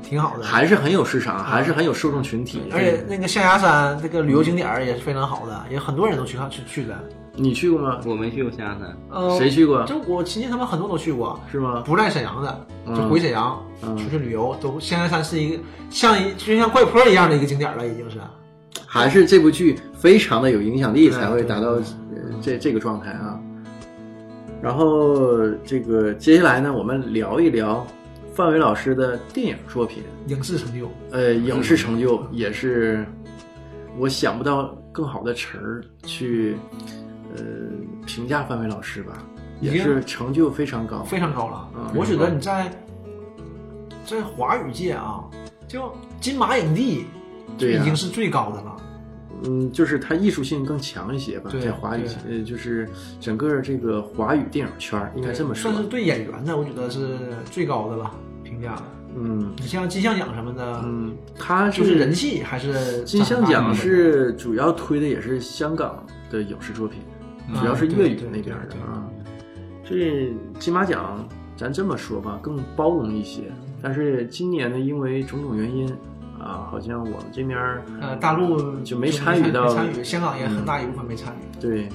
挺好的。
还是很有市场，还是很有受众群体。哎
而且那个象牙山这个旅游景点儿也是非常好的，也很多人都去看去去的。
你去过吗？
我没去过象牙山，
呃
谁去过？
就我亲戚他们很多都去过，
是吗？
不在沈阳的，
嗯
就回沈阳、
嗯
出去旅游，都象牙山是一个像一就像怪坡一样的一个景点了，已经是。
还是这部剧非常的有影响力，
对
才会达到
对
呃这这个状态啊。然后这个接下来呢，我们聊一聊范伟老师的电影作品。
影视成就，
呃，影视成就也是，我想不到更好的词儿去，呃，评价范伟老师吧，也是成就非常高。
非常高了。
嗯
我觉得你在在华语界啊，就金马影帝就
对呀
已经是最高的了。
嗯，就是他艺术性更强一些吧，
对
在华语
对，
呃，就是整个这个华语电影圈儿应该这么说
算。是对演员的，我觉得是最高的了评价。
嗯
你像金像奖什么的，
嗯，他
就是人气还是
金像
占大部
奖
分
是主要推的也是香港的影视作品，
嗯
主要是粤
对
语
对
那边的
对对
啊。这金马奖，咱这么说吧，更包容一些。但是今年呢，因为种种原因啊，好像我们这边儿
呃，大陆
就没参与到嗯
没参与，香港也很大一部分没参与。
对，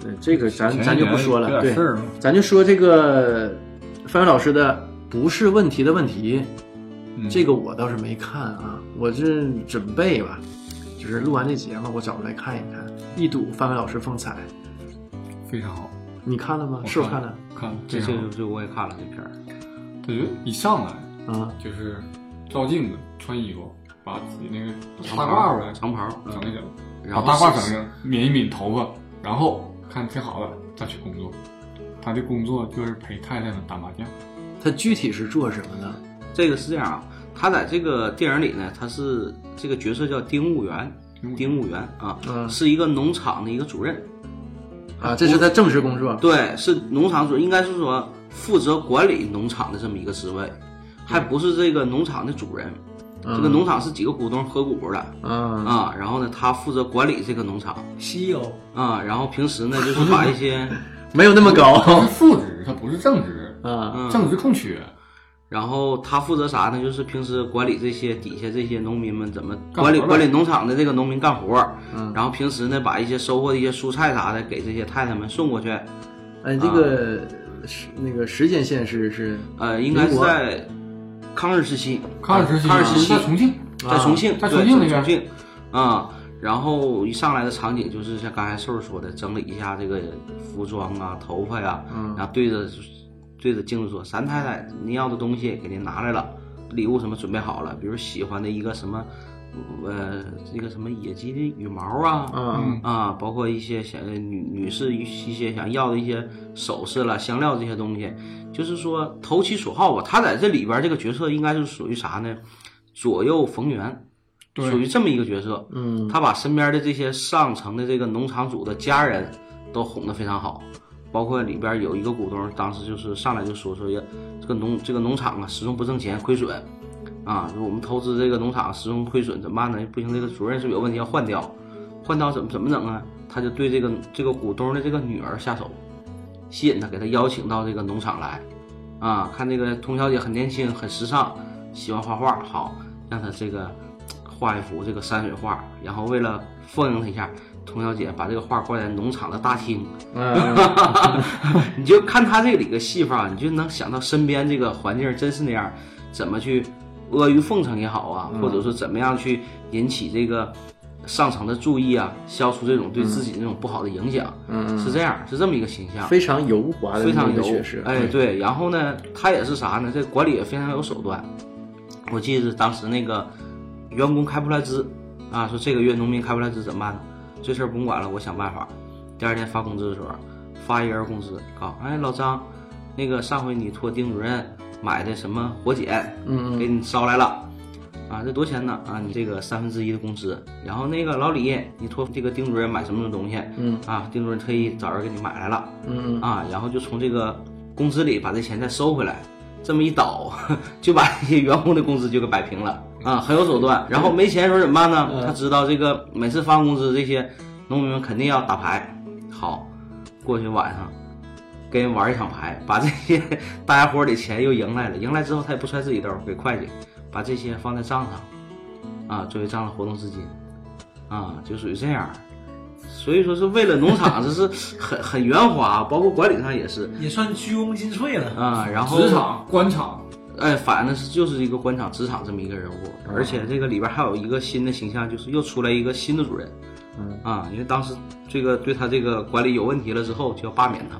对这个咱
前一
咱就不
年
说了，
有点
对
事儿嘛，
咱就说这个范伟老师的《不是问题的问题》，
嗯
这个我倒是没看啊，我这准备吧，就是录完这节目我找出来看一看，一睹范伟老师风采。
非常好，
你看了吗？
我
是我看
看
的
看
这
这
这
个，
这我也看了这片儿，
我觉得一上来
啊，
就是照镜子、穿衣服，把自己那个大褂儿呗，
长袍，嗯
整那个，
然后
把大褂整上，抿一抿头发，然后看挺好的，再去工作。他的工作就是陪太太们打麻将，
他具体是做什么呢？
这个是这样啊，他在这个电影里呢，他是这个角色叫丁务员，丁务员啊，
嗯
是一个农场的一个主任，
啊，这是他正式工作。
对，是农场主，应该是说负责管理农场的这么一个职位，还不是这个农场的主人。这个农场是几个股东合股的
啊，
啊，然后呢，他负责管理这个农场
西游
啊，然后平时呢 就是把一些，
没有那么
他
高
是副职，他不是正职，
啊，
嗯，
正职空缺。
然后他负责啥呢？就是平时管理这些底下这些农民们怎么
干活
管理
呗
管理农场的这个农民干活儿，
嗯
然后平时呢把一些收获的一些蔬菜啥的给这些太太们送过去，
哎，这个时那个时间线是是
呃，应该是
民国
在抗日时期，
抗日时期，
抗日时期
在重庆，
在重庆，
在
对
重庆那
重
边
庆，啊、然后一上来的场景就是像刚才瘦儿说的，整理一下这个服装啊、头发呀、
嗯
然后对着对着镜子说：“三太太，您要的东西给您拿来了，礼物什么准备好了，比如喜欢的一个什么，呃，一个什么野鸡的羽毛啊，
啊
嗯
啊，包括一些想呃女女士一些想要的一些首饰了、香料这些东西，就是说投其所好吧。他在这里边儿这个角色应该是属于啥呢？左右逢源，
对
属于这么一个角色。
嗯
他把身边的这些上层的这个农场主的家人都哄得非常好，包括里边有一个股东，当时就是上来就说说要这个农这个农场啊始终不挣钱，亏损，啊，我们投资这个农场始终亏损，怎么办呢？不行，这个主任是不是有问题，要换掉，换掉怎么怎么整啊？他就对这个这个股东的这个女儿下手，吸引他，给他邀请到这个农场来，啊，看这个童小姐很年轻，很时尚，喜欢画画，好，让她这个画一幅这个山水画，然后为了奉迎她一下，佟小姐把这个画挂在农场的大厅，
嗯，
你就看他这里个戏法，你就能想到身边这个环境真是那样，怎么去阿谀奉承也好啊，或者说怎么样去引起这个上层的注意啊，消除这种对自己那种不好的影响，嗯，是这样，是这么一个形象。
非常油滑的
非常
有
有
学识，
哎，对，然后呢，他也是啥呢？这管理也非常有手段。我记得当时那个员工开不出来支啊，说这个月农民开不出来支怎么办呢？这事儿甭管了，我想办法。第二天发工资的时候，发一人工资，告诉哎老张，那个上回你托丁主任买的什么火碱，嗯，给你捎来了。啊，这多少钱呢？啊，你这个三分之一的工资，然后那个老李，你托这个丁主任买什么什么东西，嗯，啊，丁主任特意找人给你买来了，嗯，啊，然后就从这个工资里把这钱再收回来，这么一倒， 就把这些员工的工资就给摆平了，啊，很有手段。然后没钱的时候怎么办呢？他知道这个每次发工资，这些农民们肯定要打牌，好，过去晚上跟人玩一场牌，把这些 大家伙儿的钱又赢来了。赢来之后，他也不揣自己兜儿，给会计把这些放在账上，啊，作为账上活动资金，啊，就属于这样儿。所以说是为了农场，这是很很圆滑，啊包括管理上也是
也算鞠躬尽瘁了。
啊。然后
职场、官场，
哎，反正是就是一个官场职场这么一个人物，
啊
而且这个里边还有一个新的形象，就是又出来一个新的主任，嗯啊，因为当时这个对他这个管理有问题了之后，就要罢免他，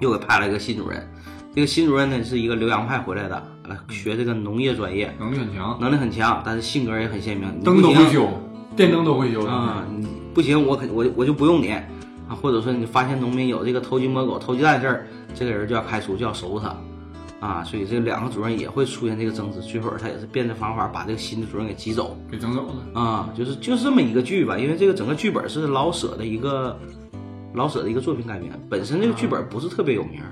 又给派了一个新主任。这个新主任呢是一个浏阳派回来的，呃，
嗯
学这个农业专业，
能力很强，
能力很强，但是性格也很鲜明，你
灯
不
都
行
会嗯修，电灯都会修。
啊，你不行，我肯我就我就不用你啊，或者说你发现农民有这个偷鸡摸狗、偷鸡蛋的事儿，这个人就要开除，就要收拾他啊。所以这两个主任也会出现这个争执，最后他也是变着方法把这个新的主任给挤走
给整走了。
啊，就是就是这么一个剧吧。因为这个整个剧本是老舍的一个老舍的一个作品改编，本身这个剧本不是特别有名儿。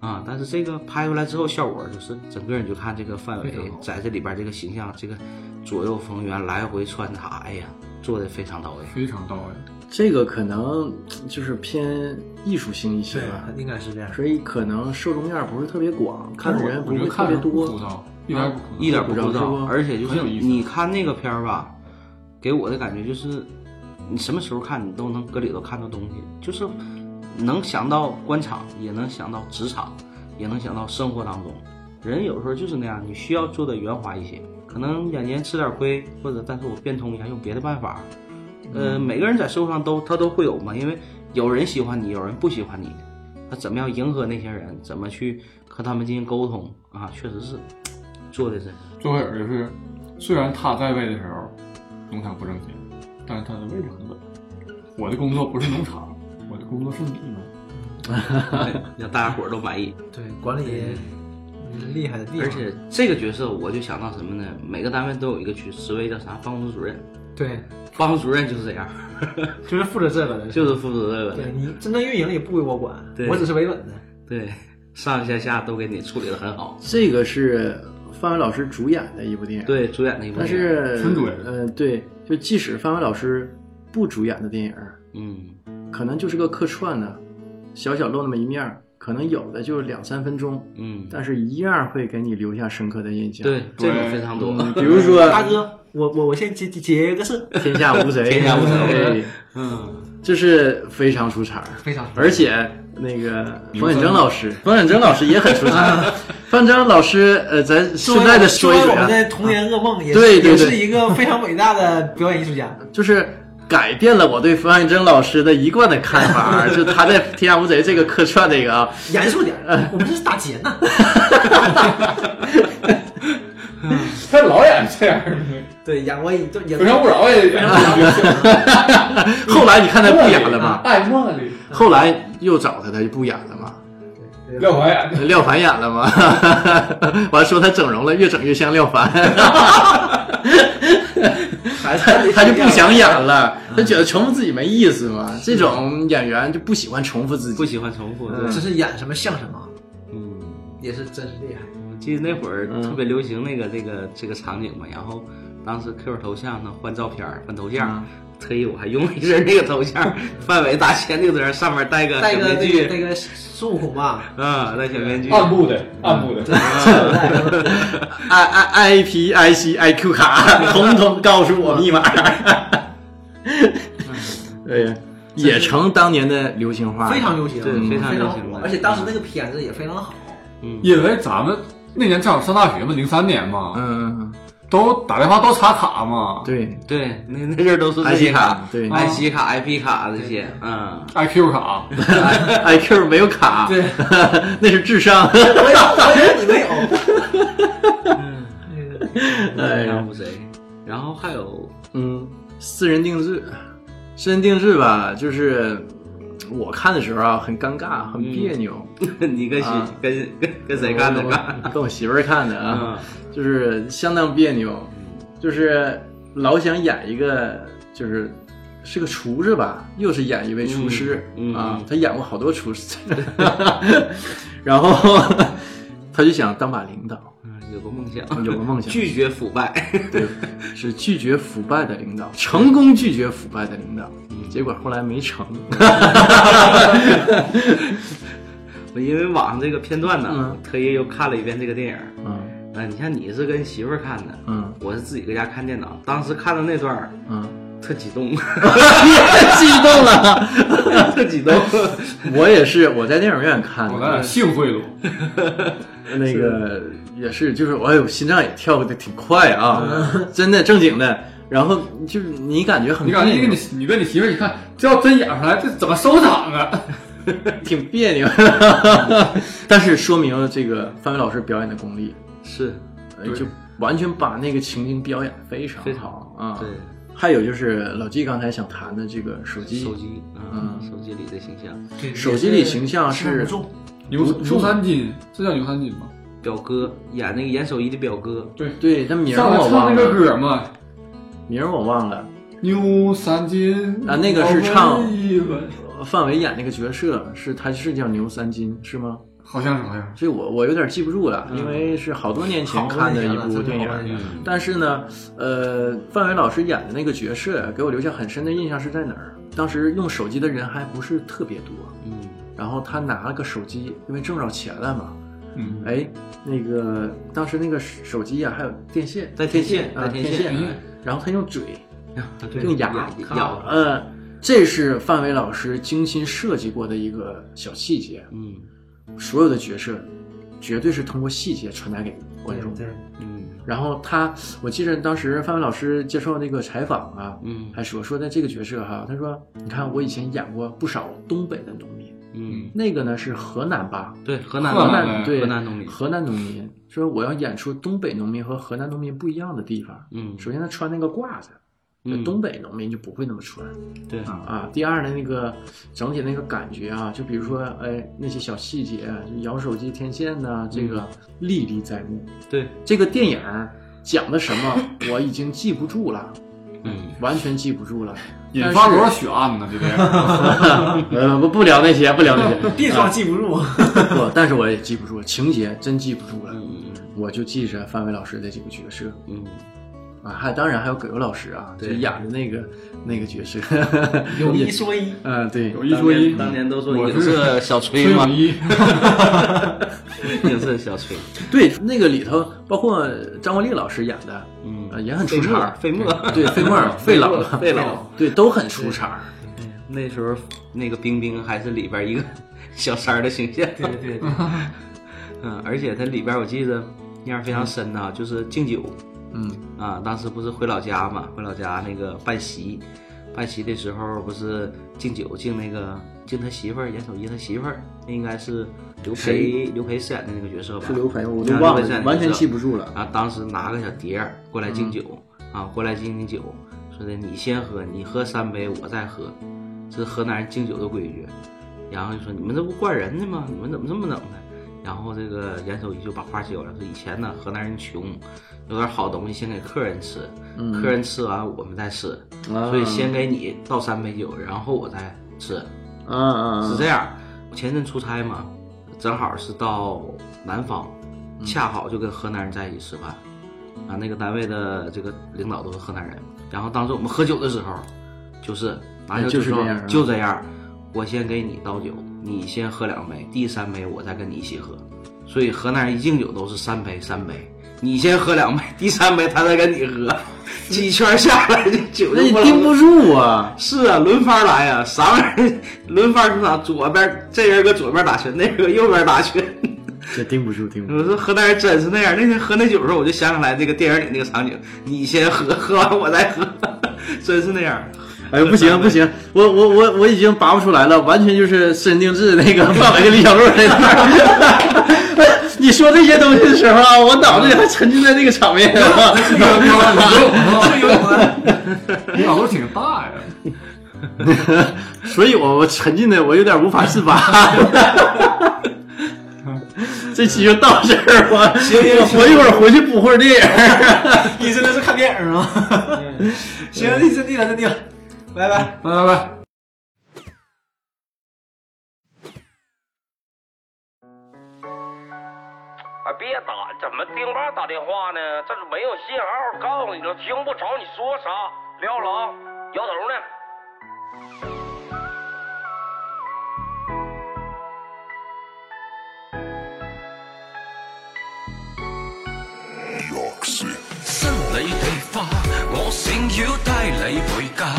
啊，但是这个拍回来之后，效果就是整个你就看这个范伟
非常好
在这里边这个形象，这个左右逢源、来回穿插，哎呀，做的非常到位。
非常到位，
这个可能就是偏艺术性一些吧，
应该是这样。
所以可能受众面儿不是特别广，看
但
的
是
人不
我我觉
会
得
特
看
别
着不枯
多。
燥，一点儿也不枯燥，
一点儿不
啊不
枯
知道是
燥，
吧
而且就
很
是
有意思
你看那个片儿吧，给我的感觉就是，你什么时候看你都能搁里头看到东西，就是能想到官场，也能想到职场，也能想到生活当中。人有时候就是那样，你需要做的圆滑一些，可能眼前吃点亏，或者但是我变通一下，用别的办法。
嗯
呃，每个人在社会上都他都会有嘛，因为有人喜欢你，有人不喜欢你，他怎么样迎合那些人，怎么去和他们进行沟通啊，确实是做的真是。
周黑尔就是，虽然他在位的时候，农场不挣钱，但是他的位置很稳。我的工作不是农场，我的工作是你们。
让大家伙儿都满意。
对，管理厉害的地方。
而且这个角色，我就想到什么呢？每个单位都有一个职职位叫啥？办公室主任。
对，
办公室主任就是这样，
就是负责这个的。
就是负责这个
对
的。
你真正运营也不归我管
对，
我只是维稳的。
对，上上下下都给你处理的很好。
这个是范伟老师主演的一部电影，，
对，主演那一部
但
分人，
是
纯主演
嗯，对，就即使范伟老师不主演的电影，
嗯，
可能就是个客串的，小小露那么一面儿，可能有的就两三分钟，
嗯
但是一样会给你留下深刻的印象。
对，，这种
对
非常多。
比如说
大哥，
我我我先结结结个事，
《天下无贼》，
天下无贼
哎，这是非常出彩儿。
非常
而且那个冯远征老师，冯远征老师也很出彩。冯远征老师，呃，咱顺带的说一
啊作
嘴
为我们
啊，
的童年噩梦，也是
对对
也
对
是一个非常伟大的表演艺术家。
就是改变了我对冯远征老师的一贯的看 法，就他在《天下无贼》这个客串这个啊，
严肃点，我们这是打劫呢。
他老演这样的，
对，演过一段，演
非诚勿扰也演
后来你看他啊不演了吗？
爱茉莉，
嗯后来又找他，他就不演了嘛。
廖凡演的。
廖凡演了吗？完说他整容了，越整越像廖凡，他他就不想演了，他觉得重复自己没意思嘛。这种演员就不喜欢重复自
不
己，
喜欢重复。
只
对，
是演什么像什么，
嗯。
也是真是厉害。
我嗯记得那会儿特别流行那个这个这个场景嘛，然后当时 QQ 头像呢换照片儿换头像，特意我还用了一阵那个头像，范伟打前那个头像上面带个
带
小
一个
面
那个那
具，
个孙悟空吧，
啊，戴小面具，
暗部的，暗部的，
嗯 I I I P I C I Q 卡，统统告诉我密码。对，哎也成当年的流行话，
非常流行，
对
嗯
非
非
常流行
火，而且当时那个片子也非常好。
因为咱们那年正好上大学嘛，零三年嘛，
嗯，
都打电话都插卡嘛，
对，
对，那那阵儿都是这
IC
些
卡对
爱奇卡、IP 卡这些，嗯，
，IQ 卡，
IQ 没有卡，
对，
那是智商。
我有，我有，你没有。
哎呀
不谁，然后还有
嗯，私人定制，私人定制吧，就是我看的时候啊，很尴尬，很别扭。
嗯
你跟谁
啊哦
跟跟跟谁
哦
看的嗯看？
跟我媳妇儿看的
嗯
啊，就是相当别扭，就是老想演一个就是。是个厨师吧，又是演一位厨师、
嗯嗯
啊
嗯，
他演过好多厨师， 然后 他就想当把领导，
嗯有个梦想，
有个梦想
拒绝腐败。
对，是拒绝腐败的领导，成功拒绝腐败的领导，结果后来没成。
我 因为网上这个片段呢，
嗯
我特意又看了一遍这个电影儿。
嗯
嗯，你像你是跟媳妇儿看的，
嗯
我是自己搁家看电脑，当时看到那段儿
嗯，
特激动，
太激动了。
特激动。
我也是，我在电影院看
我咱俩
的，
幸会了，
那个也是，就是我哎呦，心脏也跳的挺快啊， 真的正经的。然后就是你感觉很
嗯你
别
感觉你跟
扭
你，你跟你媳妇儿一看，这要真演出来，这怎么收场啊？
挺别扭， 但是说明这个范伟老师表演的功力，
是，
呃就完全把那个情境表演得非常
非常
好啊。
对。
还有就是老纪刚才想谈的这个手机，
手机，嗯，
嗯
手机里的形象，
手机里形象是
重，
牛牛三金，这叫牛三金吗？
表哥演那个严守一的表哥，
对，但名儿
上来
我
唱
忘
那个
了，
歌嘛，
名儿我忘了。
牛三金
啊那个是唱
老文艺文
范伟演那个角色是他是叫牛三金是吗？
好像是好像是，
这我我有点记不住了，因为是好多年前看的一部
好
电
多年前
影。但是呢，呃，范伟老师演的那个角色啊给我留下很深的印象是在哪儿？当时用手机的人还不是特别多，
嗯，
然后他拿了个手机，因为挣着钱了嘛。
嗯，
哎，那个当时那个手机啊呀、还有电线，
在天线
啊，
在
天
天线
嗯然后他用嘴，用
用
牙
牙
咬
咬，
呃，这是范伟老师精心设计过的一个小细节，
嗯
所有的角色绝对是通过细节传达给观众。
嗯
然后他，我记得当时范伟老师接受那个采访啊，
嗯
还说说在这个角色哈、他说你看我以前演过不少东北的农民，
嗯，
那个呢是河南吧，
对，河南
河
农
南
民
对
河南农民，
河南农民说我要演出东北农民和河南农民不一样的地方。
嗯，
首先他穿那个褂子，
嗯
东北农民就不会那么穿
对，
啊。第二呢，那个整体那个感觉啊，就比如说哎那些小细节，啊就摇手机天线呐、这个历历在目。
嗯对，
这个电影儿讲的什么我已经记不住了，
嗯，
完全记不住了。
引
但
发
是
多少血案呢？这 电影。
呃不不聊那些，不聊那些，
别说记不住，
不，但是我也记不住情节，真记不住了。
嗯
我就记着范伟老师的这个角色，
嗯
啊，还当然还有葛优老师啊，就
对
演的那个那个角色，
有 一说一，
嗯，对，
有一说一，
当年都说
我
影
是
射小崔
崔
嘛
永， 一，
影射小崔，
对，那个里头包括张国立老师演的，
嗯
呃也很出彩儿，
费墨，
对，费 莫尔、费老、
费老，
对，都很出彩儿。
那时候那个冰冰还是里边一个 小三儿的形象，
对对对，
嗯，而且它里边我记得印象非常深呐、就是敬酒，
嗯
啊，当时不是回老家嘛，回老家那个办席，办席的时候不是敬酒敬那个敬他媳妇儿严守一他媳妇儿，那应该是刘培刘培饰演的那个角色吧？
是刘培，我
啊
都忘
刘培饰演
了，
的
完
角
全
色
记不住了。
啊，当时拿个小碟儿过来敬酒、啊，过来敬敬酒，说的你先喝，你喝三杯，我再喝，这是河南人敬酒的规矩。然后就说你们这不惯人的吗？你们怎么这么整的？然后这个严守一就把话接过来，说以前呢河南人穷，有点好东西先给客人吃，客人吃完我们再吃，
嗯啊
所以先给你倒三杯酒，然后我再吃。
嗯嗯，
是
嗯
这样，我前阵出差嘛，正好是到南方，
嗯
恰好就跟河南人在一起吃饭，啊，那个单位的这个领导都是河南人。然后当时我们喝酒的时候，就是拿酒
就是
说
这样啊
就这样，我先给你倒酒，你先喝两杯，第三杯我再跟你一起喝。所以河南人一敬酒都是三杯三杯，你先喝两杯，第三杯他再跟你喝，几圈下来这酒
那
就
你
不冷
盯不住 啊！
是啊，轮番来啊，啥玩意儿？轮番从哪？左边这人搁左边打拳，那人搁右边打拳。
这盯不住，盯不住。
我说河南人真是那样。那天喝那酒的时候，我就想起来那个电影里那个场景，你先喝，喝完我再喝， 真是那样。
哎，不行不行，我我我我已经拔不出来了，完全就是私人定制那个范伟跟李小璐那段儿。 哎你说这些东西的时候啊，我脑子里还沉浸在那个场面。
这个这有关，你脑洞挺大呀。
所以我我沉浸的我有点无法自拔。 这期就到这儿吧，我我一会儿回去补会儿电影。
你真的是看电影啊？ 行，那真定了，真定了，拜拜。
拜拜拜。
啊，别打，怎么钉吧打电话呢？这是没有信号，告诉你了，听不着你说啥。撂了啊，摇头呢。
新理地花，我想要帶你回家，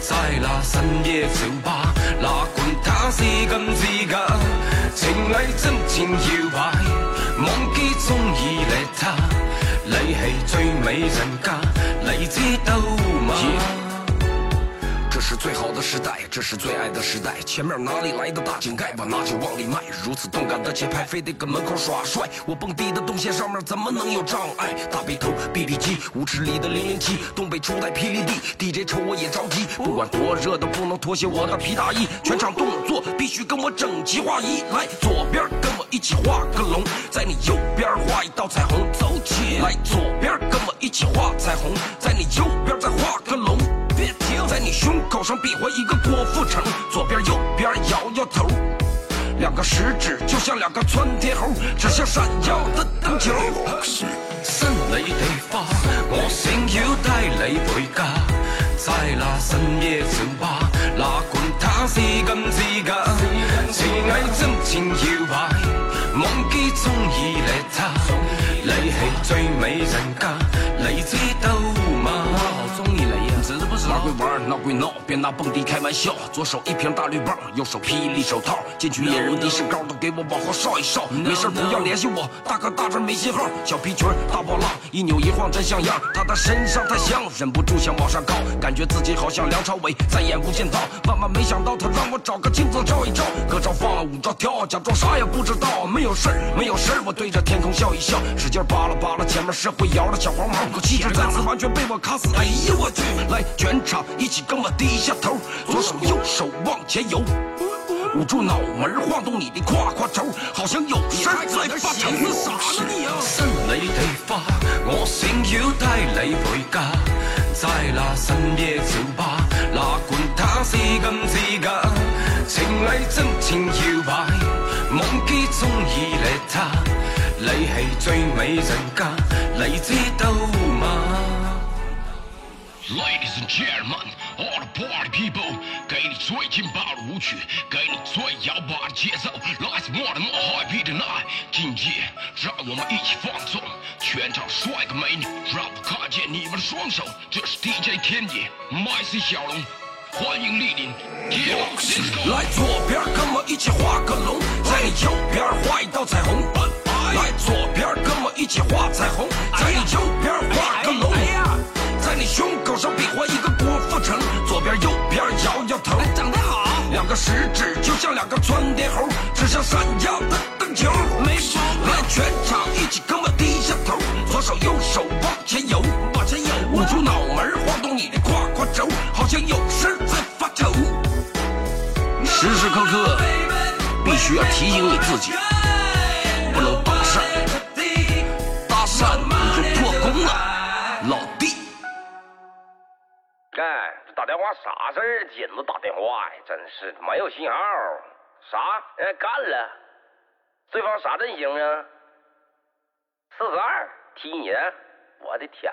在那深夜酒吧，那管他是金是假，情侶真正搖擺，忘記中意你他，你係最美人家，你知道嗎？这是最好的时代，这是最爱的时代。前面哪里来的大井盖，我拿去往里迈。如此动感的节拍，非得跟门口耍帅。我蹦迪的动线上面怎么能有障碍？大背头、BB 机，舞池里的零零七，东北初代霹雳地，DJ 瞅我也着急。不管多热都不能脱下我的皮大衣，全场动作必须跟我整齐划一。来，左边跟我一起画个龙，在你右边画一道彩虹，走起来。左边跟我一起画彩虹，在你右边再画个龙。别停，在你胸口上比划一个郭富城，左边右边摇摇头，两个食指就像两个窜天猴，指向闪耀的灯球。新理地花，我想要帶你回家，在那深夜酒吧，那管他是金是假，情藝真情搖擺，忘記中意你他，你係最美人家，你知道嗎？我好中意你呀，知不知道？玩归玩，闹归闹，别拿蹦迪开玩笑。左手一瓶大绿棒，右手霹雳手套，进去野人的身高都给我往后稍一稍。没事不要联系我，大哥大这没信号，小皮裙儿大波浪，一扭一晃真像样。他的身上太香，忍不住想往上靠，感觉自己好像梁朝伟在演《无间道》。万万没想到他让我找个镜子照一照，歌照放，舞照跳，假装啥也不知道。没有事儿，没有事儿，我对着天空笑一笑，使劲扒拉扒拉前面是会摇的小黄毛，可气质再次完全被我卡死。哎呀我去！来全场一起跟我低下头，左手右手往前游。捂住脑门儿晃动你的胯胯轴，好像有事儿在发愁。那啥呢你啊？新理地花，我想要帶你回家，在那深夜酒吧，那管他是金是假，情侶真情搖擺，忘記中意你他，你係最美人家，你知道嗎？Ladies and gentlemen, all the party people，给你最劲爆的舞曲，给你最摇摆的节奏，来自莫的莫 happy tonight。今夜让我们一起放纵，全场帅哥美女，让我看见你们的双手。这是 DJ 天野，MC 小龙，欢迎莅临。夜晚 disco 来左边跟我一起画个龙，在你右边画一道彩虹。来左边跟我一起画彩虹，在你右边画个龙。在你胸口上比划一个郭富城，左边右边摇摇头，长得好，两个食指就像两个窜天猴，指向闪耀的灯球。没毛病，来全场一起跟我低下头，左手右手往前游，往前游，捂住脑门儿晃动你的胯胯轴，好像有事儿在发愁。时时刻刻必须要提醒你自己，不能搭讪，搭讪你就破功了，老弟。
哎，这打电话啥事儿？紧子打电话呀，真是没有信号。啥？哎，干了。对方啥阵型啊？四啊十二，踢你！我的天，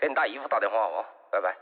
给你大姨夫打电话吧，拜拜。